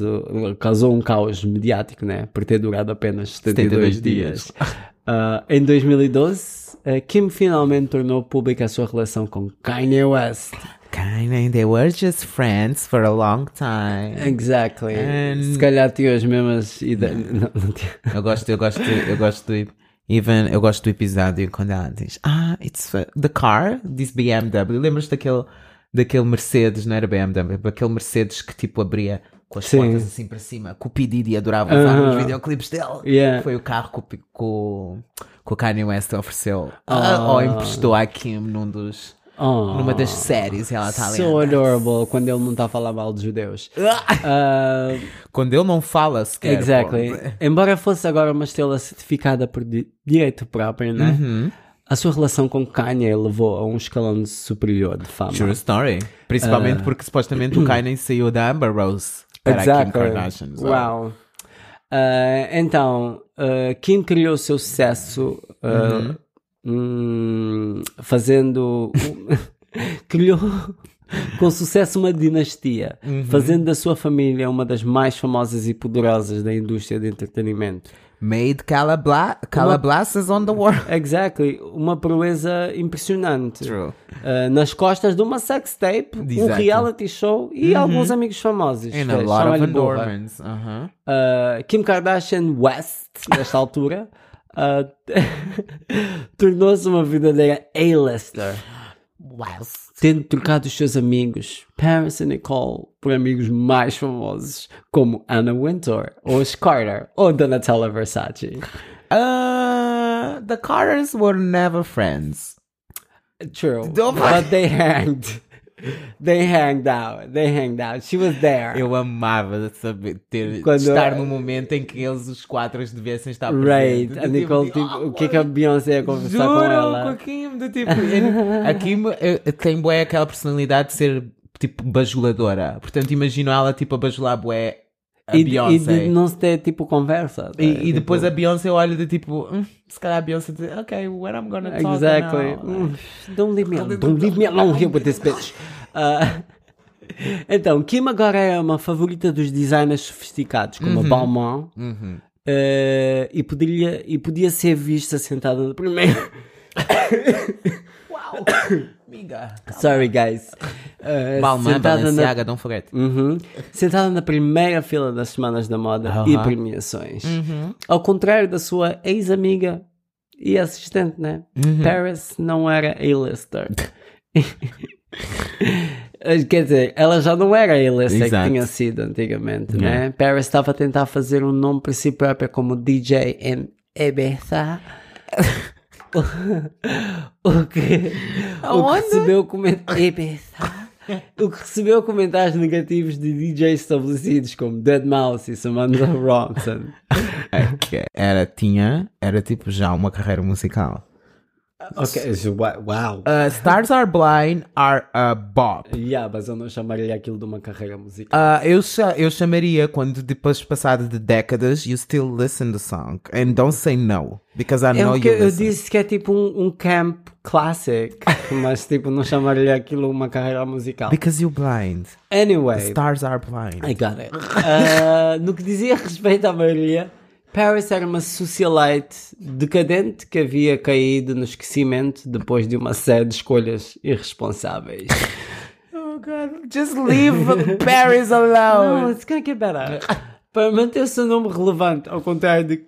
Speaker 1: causou um caos mediático, né? Por ter durado apenas 72,
Speaker 2: 72 dias.
Speaker 1: dias. Ah, em 2012, eh, Kim finalmente tornou pública a sua relação com Kanye West.
Speaker 2: Kinda, they were just friends for a long time.
Speaker 1: Exactly.
Speaker 2: And-
Speaker 1: Se calhar tinha as mesmas ideias. Não, não tinha.
Speaker 2: Eu gosto, eu gosto, eu gosto do, even, eu gosto do episódio quando ela diz, ah, it's uh, the car, this BMW. Lembras daquele, daquele Mercedes, não era BMW, aquele Mercedes que tipo abria com as
Speaker 1: Sim.
Speaker 2: portas assim para cima, que o P. Diddy adorava usar
Speaker 1: Aham.
Speaker 2: nos videoclipes dele.
Speaker 1: Yeah.
Speaker 2: Foi o carro que, o P- que, o- que o Kanye West ofereceu,
Speaker 1: Ah.
Speaker 2: ou emprestou à Kim num dos,
Speaker 1: Oh,
Speaker 2: numa das séries e ela está ali.
Speaker 1: so adorable quando ele não está a falar mal de judeus. Ah,
Speaker 2: Quando ele não fala sequer.
Speaker 1: exactly.
Speaker 2: pô.
Speaker 1: Embora fosse agora uma estrela certificada por di- direito próprio, né? A sua relação com Kanye levou a um escalão superior de fama.
Speaker 2: True story.
Speaker 1: Ah.
Speaker 2: Principalmente porque supostamente o Kanye saiu da Amber Rose para a Kim
Speaker 1: Exactly.
Speaker 2: Kardashian. so-
Speaker 1: Wow. Ah, então, ah, Kim criou o seu sucesso ah,
Speaker 2: Uhum.
Speaker 1: hum, fazendo. criou com sucesso uma dinastia,
Speaker 2: Uhum.
Speaker 1: fazendo da sua família uma das mais famosas e poderosas da indústria de entretenimento.
Speaker 2: Made calabla calablasas on the world.
Speaker 1: Exactly, uma proeza impressionante.
Speaker 2: True.
Speaker 1: Uh, nas costas de uma sextape, um
Speaker 2: Exato.
Speaker 1: reality show e alguns amigos famosos.
Speaker 2: Uhum. And a
Speaker 1: Vê,
Speaker 2: lot of
Speaker 1: chama-lhe burra.
Speaker 2: endorments. Uh-huh.
Speaker 1: Uh, Kim Kardashian West, nesta altura, uh, tornou-se uma verdadeira A-lister,
Speaker 2: Whilst.
Speaker 1: tendo trocado os seus amigos, Paris e Nicole, por amigos mais famosos, como Anna Wintour, ou Ash Carter, ou Donatella Versace.
Speaker 2: Uh, the Carters were never friends.
Speaker 1: True,
Speaker 2: Don't-
Speaker 1: but they hanged. They hanged out. They hanged out. She was there.
Speaker 2: Eu amava de saber ter,
Speaker 1: Quando-
Speaker 2: estar no momento em que eles, os quatro, os devessem estar
Speaker 1: Right,
Speaker 2: presentes.
Speaker 1: a
Speaker 2: Eu
Speaker 1: Nicole,
Speaker 2: tipo,
Speaker 1: tipo, o que é que a Beyoncé ia conversar
Speaker 2: Juro,
Speaker 1: com ela?
Speaker 2: com a Kim, do tipo. eu- a Kim eu- eu- tem bué aquela personalidade de ser tipo bajuladora. Portanto, imagino ela tipo a bajular bué a
Speaker 1: e, de- e
Speaker 2: Beyoncé.
Speaker 1: de
Speaker 2: E, É,
Speaker 1: não se ter, tipo, conversa. tá?
Speaker 2: e
Speaker 1: Tipo,
Speaker 2: depois a Beyoncé olha de tipo, "Hum, se calhar a Beyoncé diz, ok, what I'm gonna talk
Speaker 1: Exactly.
Speaker 2: now?"
Speaker 1: Mm, Don't leave me alone. Don't leave me alone here with this bitch. Ah, então, Kim agora é uma favorita dos designers sofisticados, como a Balmain. eh, e, poderia, e podia ser vista sentada no primeiro.
Speaker 2: Uau, amiga.
Speaker 1: Sorry, guys. Eh,
Speaker 2: Balmain,
Speaker 1: sentada na
Speaker 2: Balenciaga, don't forget.
Speaker 1: Uhum. Sentada na primeira fila das semanas da moda e
Speaker 2: Aham.
Speaker 1: premiações. Ao contrário da sua ex-amiga e assistente, né? Paris não era A-lister. Eh, Quer dizer, ela já não era a A-lister que
Speaker 2: Exato.
Speaker 1: tinha sido antigamente, né? Paris estava a tentar fazer um nome para si própria como DJ em Ebertha. o que, o que
Speaker 2: Aonde?
Speaker 1: recebeu comentários. O que recebeu comentários negativos de DJs estabelecidos como Dead Mouse e Samantha Robson.
Speaker 2: É, Que Era, tinha, era tipo já uma carreira musical.
Speaker 1: ok, wow.
Speaker 2: Uh, Stars Are Blind are a bop.
Speaker 1: Ah, Yeah, mas eu não chamaria aquilo de uma carreira musical.
Speaker 2: Ah, eu, cha- eu chamaria quando depois passado de décadas you still listen to song and don't say no because I
Speaker 1: É
Speaker 2: know
Speaker 1: o que
Speaker 2: you
Speaker 1: eu
Speaker 2: listen.
Speaker 1: disse que é tipo um, um camp classic, mas tipo, não chamaria aquilo uma carreira musical.
Speaker 2: Because you blind.
Speaker 1: Anyway,
Speaker 2: Stars are blind.
Speaker 1: I got it. Ah, no que dizia respeito à maioria, Paris era uma socialite decadente que havia caído no esquecimento depois de uma série de escolhas irresponsáveis.
Speaker 2: Oh God, just leave Paris alone.
Speaker 1: Não, it's gonna get better. Para manter o seu nome relevante, ao contrário de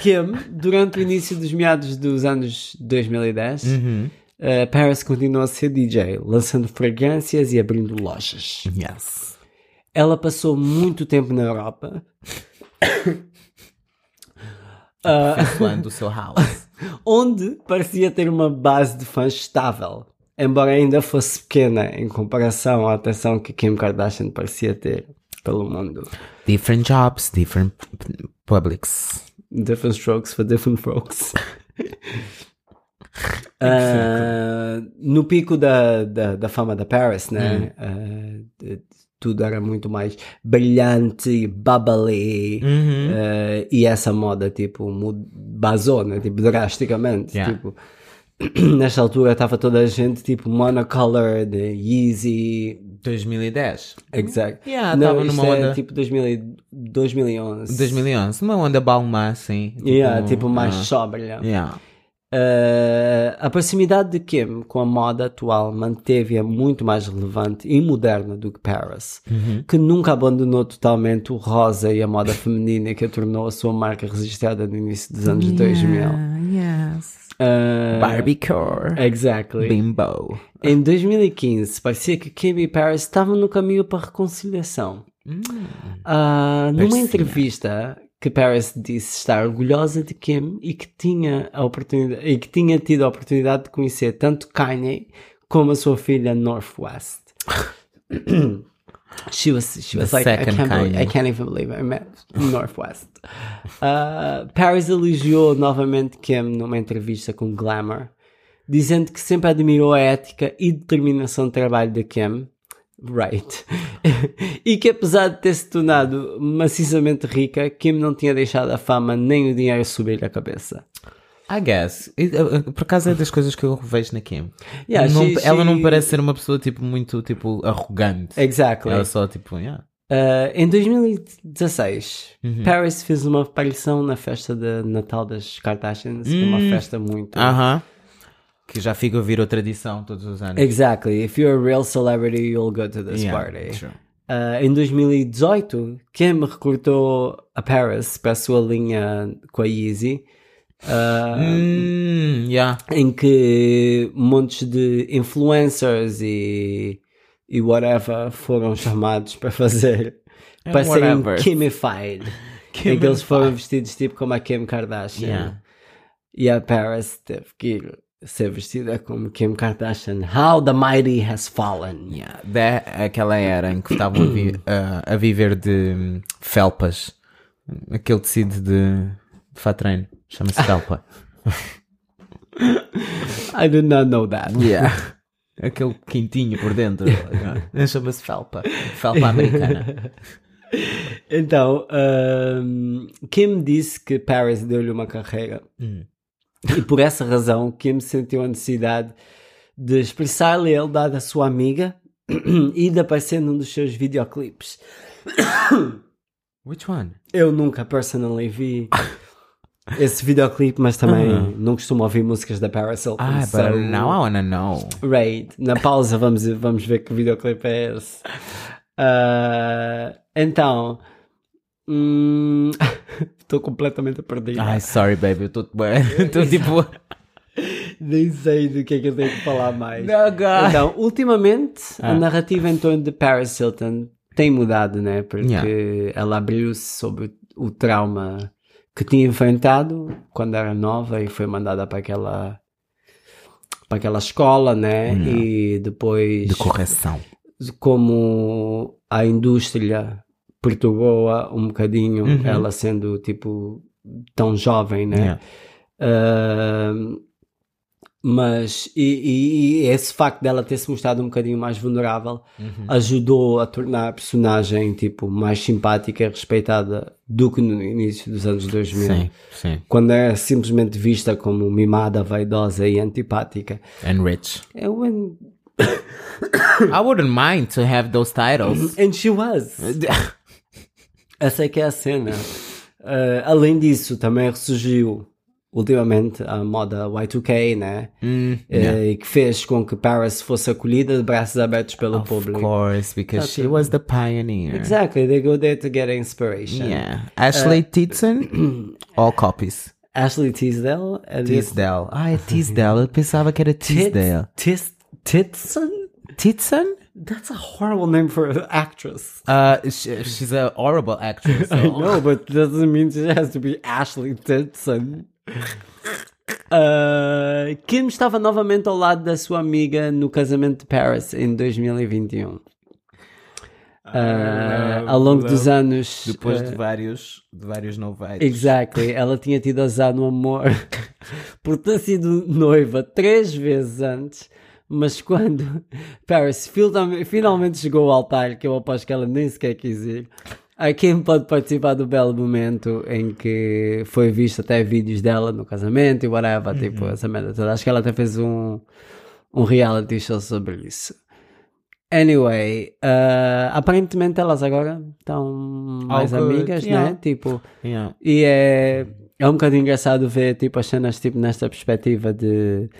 Speaker 1: Kim, durante o início dos meados dos anos 2010, ah, Paris continuou a ser DJ, lançando fragrâncias e abrindo lojas.
Speaker 2: assim. Yes.
Speaker 1: Ela passou muito tempo na Europa,
Speaker 2: Falando o seu house.
Speaker 1: onde parecia ter uma base de fãs estável, embora ainda fosse pequena em comparação à atenção que Kim Kardashian parecia ter pelo mundo.
Speaker 2: Different jobs, different p- publics.
Speaker 1: Different strokes for different folks. Ah, no pico da, da, da fama da Paris, né? Ah, de- tudo era muito mais brilhante, bubbly.
Speaker 2: Uhum.
Speaker 1: Eh, ah, e essa moda, tipo, mu- basou, né? Tipo, drasticamente.
Speaker 2: Yeah.
Speaker 1: Tipo, nesta altura estava toda a gente tipo monocolor, de Yeezy.
Speaker 2: 2010.
Speaker 1: Exact.
Speaker 2: Uhum. Yeah,
Speaker 1: não,
Speaker 2: tava
Speaker 1: isto
Speaker 2: numa
Speaker 1: é
Speaker 2: onda-
Speaker 1: tipo 2000 e- 2011.
Speaker 2: 2011. Uma onda balmá, assim.
Speaker 1: Yeah, tipo mais
Speaker 2: ah,
Speaker 1: sóbria.
Speaker 2: yeah.
Speaker 1: Uh, a proximidade de Kim com a moda atual manteve-a muito mais relevante e moderna do que Paris, que nunca abandonou totalmente o rosa e a moda feminina que a tornou a sua marca registrada no início dos anos 2000.
Speaker 2: Yes.
Speaker 1: Uh,
Speaker 2: Barbie Core.
Speaker 1: Exactly.
Speaker 2: Bimbo.
Speaker 1: Em 2015, parecia que Kim e Paris estavam no caminho para a reconciliação. Ah, numa
Speaker 2: Parecia.
Speaker 1: entrevista que Paris disse estar orgulhosa de Kim e que tinha a oportunidade e que tinha tido a oportunidade de conhecer tanto Kanye como a sua filha Northwest. she was she was
Speaker 2: The
Speaker 1: like I
Speaker 2: second
Speaker 1: can't, believe,
Speaker 2: Kanye.
Speaker 1: I can't even believe I met Northwest. Ah, Paris elogiou novamente Kim numa entrevista com Glamour, dizendo que sempre admirou a ética e determinação de trabalho de Kim. Right. e que apesar de ter se tornado maciçamente rica, Kim não tinha deixado a fama nem o dinheiro subir a cabeça.
Speaker 2: I guess. E, uh, uh, Por acaso é das coisas que eu vejo na Kim.
Speaker 1: Yeah,
Speaker 2: Não-
Speaker 1: she-
Speaker 2: ela não
Speaker 1: she-
Speaker 2: parece ser uma pessoa tipo muito tipo arrogante.
Speaker 1: Exactly.
Speaker 2: Ela só tipo, yeah.
Speaker 1: Uh, em 2016,
Speaker 2: Uhum.
Speaker 1: Paris fez uma aparição na festa de Natal das Kardashians, que é
Speaker 2: Hum.
Speaker 1: uma festa muito.
Speaker 2: Aham. Que já fica a virou tradição todos os anos.
Speaker 1: Exactly. If you're a real celebrity, you'll go to this
Speaker 2: Yeah,
Speaker 1: party.
Speaker 2: true.
Speaker 1: Uh, em 2018, Kim recrutou a Paris para a sua linha com a Yeezy,
Speaker 2: Um,
Speaker 1: uh,
Speaker 2: Hum, yeah.
Speaker 1: em que montes de influencers e, e whatever foram chamados para fazer,
Speaker 2: And
Speaker 1: para serem
Speaker 2: É um whatever.
Speaker 1: Kimified. em que eles foram vestidos tipo como a Kim Kardashian.
Speaker 2: Yeah.
Speaker 1: E a Paris teve que ir ser vestida como Kim Kardashian. How the mighty has fallen.
Speaker 2: Yeah. Da, aquela era em que estavam a, vi- a- a viver de hum, felpas. Aquele tecido de, de fatreino. Chama-se felpa.
Speaker 1: I did not know that.
Speaker 2: Yeah. Aquele quintinho por dentro. Chama-se felpa. Felpa americana.
Speaker 1: Então, ahm, Kim disse que Paris deu-lhe uma carreira. E por essa razão, Kim sentiu a necessidade de expressar lealdade à sua amiga e de aparecer num dos seus videoclipes.
Speaker 2: Which one?
Speaker 1: Eu nunca, personally, vi esse videoclipe, mas também não costumo ouvir músicas da Paris Hilton.
Speaker 2: Ah,
Speaker 1: so-
Speaker 2: but now I wanna know.
Speaker 1: Right. Na pausa vamos, vamos ver que videoclipe é esse. Ah, então. hum, Estou completamente perdido.
Speaker 2: Ai, sorry, baby. Eu estou Estou tipo.
Speaker 1: Nem sei do que é que eu tenho que falar mais.
Speaker 2: Não, Ah. God.
Speaker 1: Então, ultimamente, a narrativa em torno de Paris Hilton tem mudado, né? Porque ela abriu-se sobre o trauma que tinha enfrentado quando era nova e foi mandada para aquela para aquela escola, né? E depois
Speaker 2: De correção.
Speaker 1: de como a indústria perturbou-a um bocadinho, ela sendo tipo tão jovem, né?
Speaker 2: Uhum. Yeah.
Speaker 1: Ahm, mas e, e- e esse facto dela ter se mostrado um bocadinho mais vulnerável
Speaker 2: Uhum.
Speaker 1: ajudou a tornar a personagem tipo mais simpática e respeitada do que no início dos anos 2000
Speaker 2: Sim, sim.
Speaker 1: quando era simplesmente vista como mimada, vaidosa e antipática
Speaker 2: And rich.
Speaker 1: É when-
Speaker 2: I wouldn't mind to have those titles.
Speaker 1: and she was
Speaker 2: Uhum.
Speaker 1: Essa é que é a cena. Ah, além disso, também ressurgiu ultimamente a moda Y2K, né?
Speaker 2: Mm,
Speaker 1: Eh, e que fez com que Paris fosse acolhida de braços abertos pelo
Speaker 2: of
Speaker 1: público.
Speaker 2: course, because she was the pioneer.
Speaker 1: Exactly, they go there to get inspiration.
Speaker 2: Yeah. Ashley Titson, all copies.
Speaker 1: Ashley Tisdale, é de-
Speaker 2: Tisdale. Ah, é Tisdale. Eu pensava que era Tisdale.
Speaker 1: Tis, Titson?
Speaker 2: Titson?
Speaker 1: That's a horrible name for an actress.
Speaker 2: Uh, she, she's a horrible actress. so-
Speaker 1: I know, but doesn't mean she has to be é tipo, Ashley Titson. Ah, Kim estava novamente ao lado da sua amiga no casamento de Paris em 2021. Ah, ao longo dos anos.
Speaker 2: Depois
Speaker 1: ah,
Speaker 2: de vários, de vários novatos.
Speaker 1: Exactly, ela tinha tido azar no amor por ter sido noiva três vezes antes, mas quando Paris fil- finalmente chegou ao altar, que eu aposto que ela nem sequer quis ir, A Kim pode participar do belo momento em que foi visto até vídeos dela no casamento e whatever,
Speaker 2: Uhum.
Speaker 1: tipo, essa merda toda. Acho que ela até fez um, um reality show sobre isso. Anyway, ah, aparentemente elas agora estão mais
Speaker 2: Algo-
Speaker 1: amigas,
Speaker 2: yeah.
Speaker 1: né? Tipo,
Speaker 2: Yeah.
Speaker 1: e é, é um bocado engraçado ver tipo, as cenas tipo, nesta perspectiva de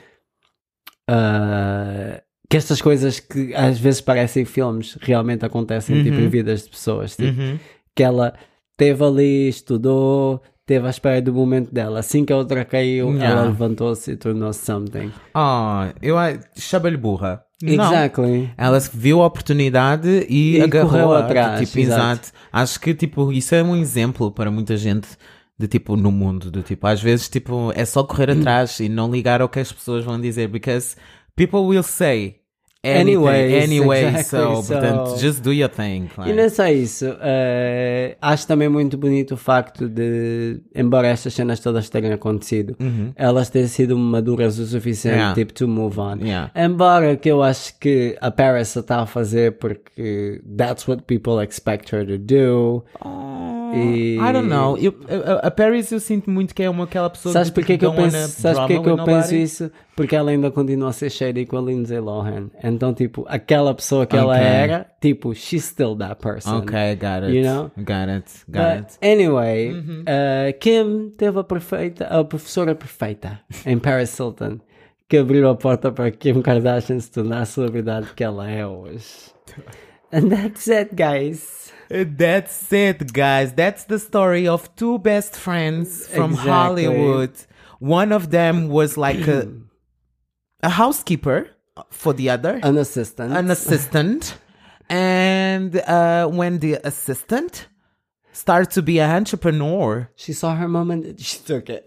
Speaker 1: ah, que estas coisas que às vezes parecem filmes realmente acontecem tipo, em
Speaker 2: Uhum.
Speaker 1: vidas de pessoas. Tipo,
Speaker 2: Uhum.
Speaker 1: Que ela teve ali, estudou, teve à espera do momento dela. Assim que a outra caiu,
Speaker 2: Yeah.
Speaker 1: ela levantou-se e tornou-se something.
Speaker 2: Ah, eu a- chama-lhe burra. Não.
Speaker 1: Exactly.
Speaker 2: Ela viu a oportunidade e,
Speaker 1: E correu
Speaker 2: agarrou
Speaker 1: atrás,
Speaker 2: atrás. Tipo,
Speaker 1: exato.
Speaker 2: exato. Acho que tipo, isso é um exemplo para muita gente de tipo no mundo, do tipo, às vezes tipo, é só correr
Speaker 1: Hum.
Speaker 2: atrás e não ligar ao que as pessoas vão dizer, because people will say anything,
Speaker 1: Anyways,
Speaker 2: anyway,
Speaker 1: exactly,
Speaker 2: so,
Speaker 1: so-
Speaker 2: portanto, just do your thing.
Speaker 1: E
Speaker 2: like.
Speaker 1: não é só isso. eh, acho também muito bonito o facto de, embora estas cenas todas tenham acontecido,
Speaker 2: Uhum.
Speaker 1: elas têm sido maduras o suficiente,
Speaker 2: Yeah.
Speaker 1: tipo, to move on.
Speaker 2: Yeah.
Speaker 1: Embora que eu acho que a Paris está a fazer porque that's what people expect her to do. E-
Speaker 2: Oh, I don't know. Eu- a- a, a Paris eu sinto muito que é uma aquela pessoa
Speaker 1: Sabes
Speaker 2: que
Speaker 1: porquê
Speaker 2: tipo,
Speaker 1: que eu
Speaker 2: don't
Speaker 1: penso,
Speaker 2: wanna
Speaker 1: sabes
Speaker 2: drama
Speaker 1: porquê que
Speaker 2: with
Speaker 1: eu penso
Speaker 2: nobody.
Speaker 1: isso? Porque ela ainda continua a ser shady com a Lindsay Lohan. Então, tipo, aquela pessoa que ela
Speaker 2: Ok.
Speaker 1: era, tipo, she's still that person.
Speaker 2: Ok, got it.
Speaker 1: You know?
Speaker 2: Got it. Got
Speaker 1: But
Speaker 2: it.
Speaker 1: anyway,
Speaker 2: Uhum.
Speaker 1: uh, Kim teve a, perfeita, a professora perfeita em Paris Hilton que abriu a porta para Kim Kardashian se tornar a celebridade que ela é hoje. And that's it, guys.
Speaker 2: That's it, guys. That's the story of two best friends from
Speaker 1: Exactly.
Speaker 2: Hollywood. One of them was like a, a housekeeper for the other,
Speaker 1: An assistant.
Speaker 2: an assistant. And uh, when the assistant starts to be an entrepreneur,
Speaker 1: She saw her moment, she took it.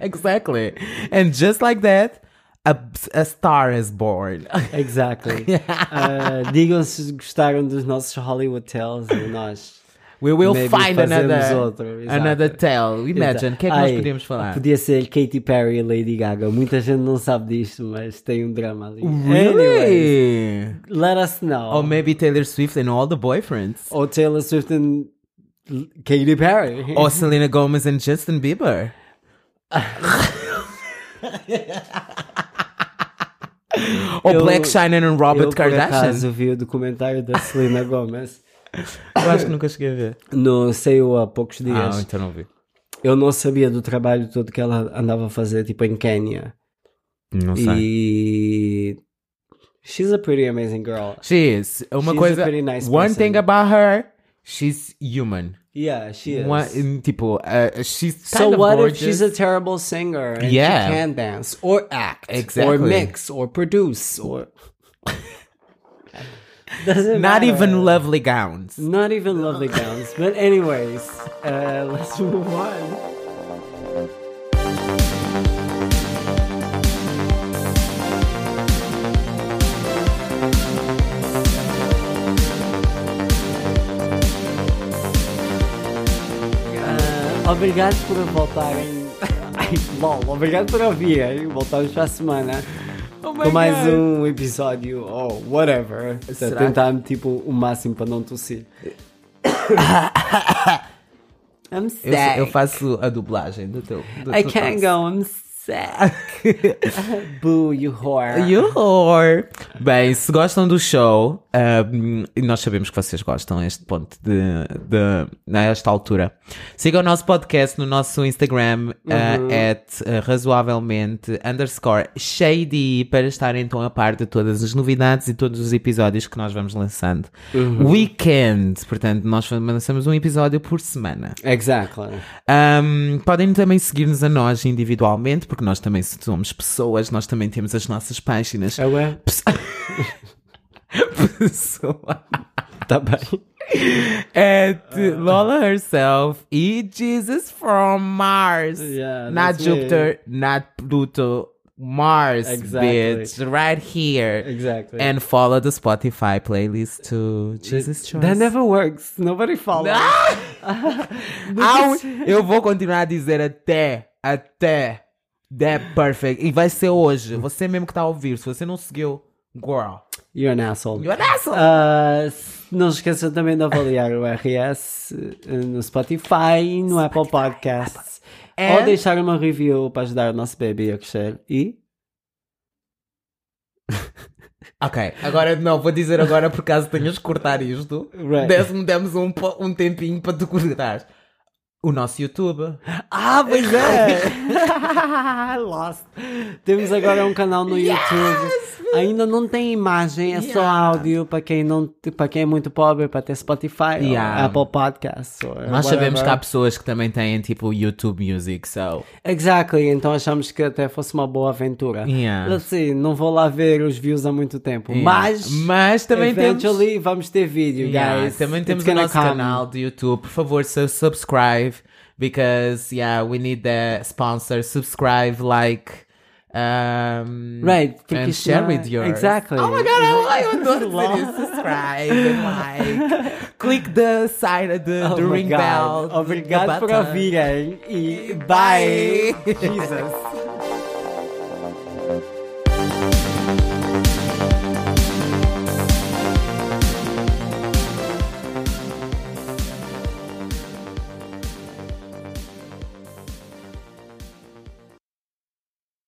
Speaker 2: exactly. And just like that, a, a star is born.
Speaker 1: exactly. Uh, Digam se gostaram dos nossos Hollywood Tales e nós.
Speaker 2: We will
Speaker 1: Maybe
Speaker 2: find
Speaker 1: fazemos
Speaker 2: another
Speaker 1: outro, exato.
Speaker 2: another tale. Imagine, o que é que nós
Speaker 1: Ai,
Speaker 2: podíamos falar?
Speaker 1: Podia ser Katy Perry e Lady Gaga. Muita gente não sabe disto, mas tem um drama ali. Anyway,
Speaker 2: Really?
Speaker 1: let us know.
Speaker 2: Or maybe Taylor Swift and all the boyfriends.
Speaker 1: Ou Taylor Swift and Katy Perry.
Speaker 2: Or Selena Gomez and Justin Bieber. Ou
Speaker 1: Eu-
Speaker 2: Black Shannon and
Speaker 1: eu,
Speaker 2: Robert
Speaker 1: por
Speaker 2: Kardashian.
Speaker 1: acaso, vi o documentário da Selena Gomez.
Speaker 2: Eu acho que nunca cheguei a ver.
Speaker 1: No, saiu há poucos
Speaker 2: Ah,
Speaker 1: dias.
Speaker 2: então não vi.
Speaker 1: Eu não sabia do trabalho todo que ela andava a fazer, tipo, em Quênia.
Speaker 2: Não sei.
Speaker 1: E... She's a pretty amazing girl.
Speaker 2: She is. Uma
Speaker 1: She's a
Speaker 2: coisa.
Speaker 1: pretty nice
Speaker 2: one
Speaker 1: person.
Speaker 2: thing about her, she's human.
Speaker 1: Yeah, she is.
Speaker 2: One, tipo, uh, she's
Speaker 1: so
Speaker 2: kind of
Speaker 1: what
Speaker 2: gorgeous.
Speaker 1: if she's a terrible singer and
Speaker 2: Yeah.
Speaker 1: she can dance or act
Speaker 2: Exactly.
Speaker 1: or mix or produce or doesn't
Speaker 2: Not
Speaker 1: matter.
Speaker 2: even lovely gowns.
Speaker 1: not even lovely gowns. But anyways, uh, let's move on. Uh, Obrigado por voltarem. Ai, lol, obrigado por ouvirem. Voltamos para a semana
Speaker 2: Oh
Speaker 1: com mais um episódio ou whatever. Será?
Speaker 2: Será?
Speaker 1: Tentar tipo o máximo para não tossir. I'm
Speaker 2: Eu, eu
Speaker 1: sick.
Speaker 2: faço a dublagem do teu. Do,
Speaker 1: I
Speaker 2: do
Speaker 1: can't
Speaker 2: teu.
Speaker 1: go. I'm sick. Boo, you whore.
Speaker 2: You whore. Bem, se gostam do show, ahm, e nós sabemos que vocês gostam a este ponto de, de a esta altura. Sigam o nosso podcast no nosso Instagram ah, at ah, razoavelmente underscore shady para estarem então a par de todas as novidades e todos os episódios que nós vamos lançando. Weekend, portanto, nós lançamos um episódio por semana.
Speaker 1: Exactly.
Speaker 2: Um, podem também seguir-nos a nós individualmente, porque nós também somos pessoas, nós também temos as nossas páginas.
Speaker 1: É ué?
Speaker 2: Pessoa.
Speaker 1: Tá bem.
Speaker 2: At Lola herself e Jesus from Mars.
Speaker 1: Yeah,
Speaker 2: not
Speaker 1: that's
Speaker 2: Jupiter, not Pluto, Mars,
Speaker 1: Exactly.
Speaker 2: bitch, right here.
Speaker 1: Exactly.
Speaker 2: And follow the Spotify playlist to Jesus Choice.
Speaker 1: That never works. Nobody follows.
Speaker 2: Au, eu vou continuar a dizer até, até tá That Perfect. E vai ser hoje. Você mesmo que está a ouvir. Se você não seguiu, girl.
Speaker 1: You're an asshole.
Speaker 2: You're an asshole!
Speaker 1: Ah, não se esqueçam também de avaliar o RS eh, no Spotify e no Apple Podcasts. Ou
Speaker 2: And-
Speaker 1: deixar uma review para ajudar o nosso baby a crescer. E
Speaker 2: Ok, agora não, vou dizer agora por caso tenhas que cortar isto.
Speaker 1: Right.
Speaker 2: Desse- Demos um, po- um tempinho para tu cortares. O nosso YouTube.
Speaker 1: Ah, pois é! Lost. Temos agora um canal no YouTube. Ainda não tem imagem, é só
Speaker 2: Yeah.
Speaker 1: áudio para quem, não, para quem é muito pobre, para ter Spotify,
Speaker 2: Yeah.
Speaker 1: ou Apple Podcasts. or
Speaker 2: Nós sabemos
Speaker 1: whatever.
Speaker 2: que há pessoas que também têm tipo YouTube Music, so.
Speaker 1: Exactly, então achamos que até fosse uma boa aventura.
Speaker 2: Yeah.
Speaker 1: Assim, não vou lá ver os views há muito tempo, mas,
Speaker 2: Mas também temos.
Speaker 1: eventually vamos ter vídeo,
Speaker 2: Yeah,
Speaker 1: guys.
Speaker 2: também
Speaker 1: It's
Speaker 2: temos o
Speaker 1: gonna
Speaker 2: nosso
Speaker 1: come.
Speaker 2: canal do YouTube. Por favor, su- subscribe. Because, yeah, we need the sponsor. Subscribe, like. Um,
Speaker 1: Right, porque
Speaker 2: and
Speaker 1: isto
Speaker 2: share
Speaker 1: não é-
Speaker 2: with yours.
Speaker 1: Exactly.
Speaker 2: Oh my god, I, I adore dizer isso. Subscribe, like. Click the sign, the,
Speaker 1: Oh
Speaker 2: the
Speaker 1: my
Speaker 2: ring
Speaker 1: God.
Speaker 2: bell.
Speaker 1: Obrigado
Speaker 2: the
Speaker 1: por
Speaker 2: button.
Speaker 1: ouvirem e
Speaker 2: Bye.
Speaker 1: bye. Jesus.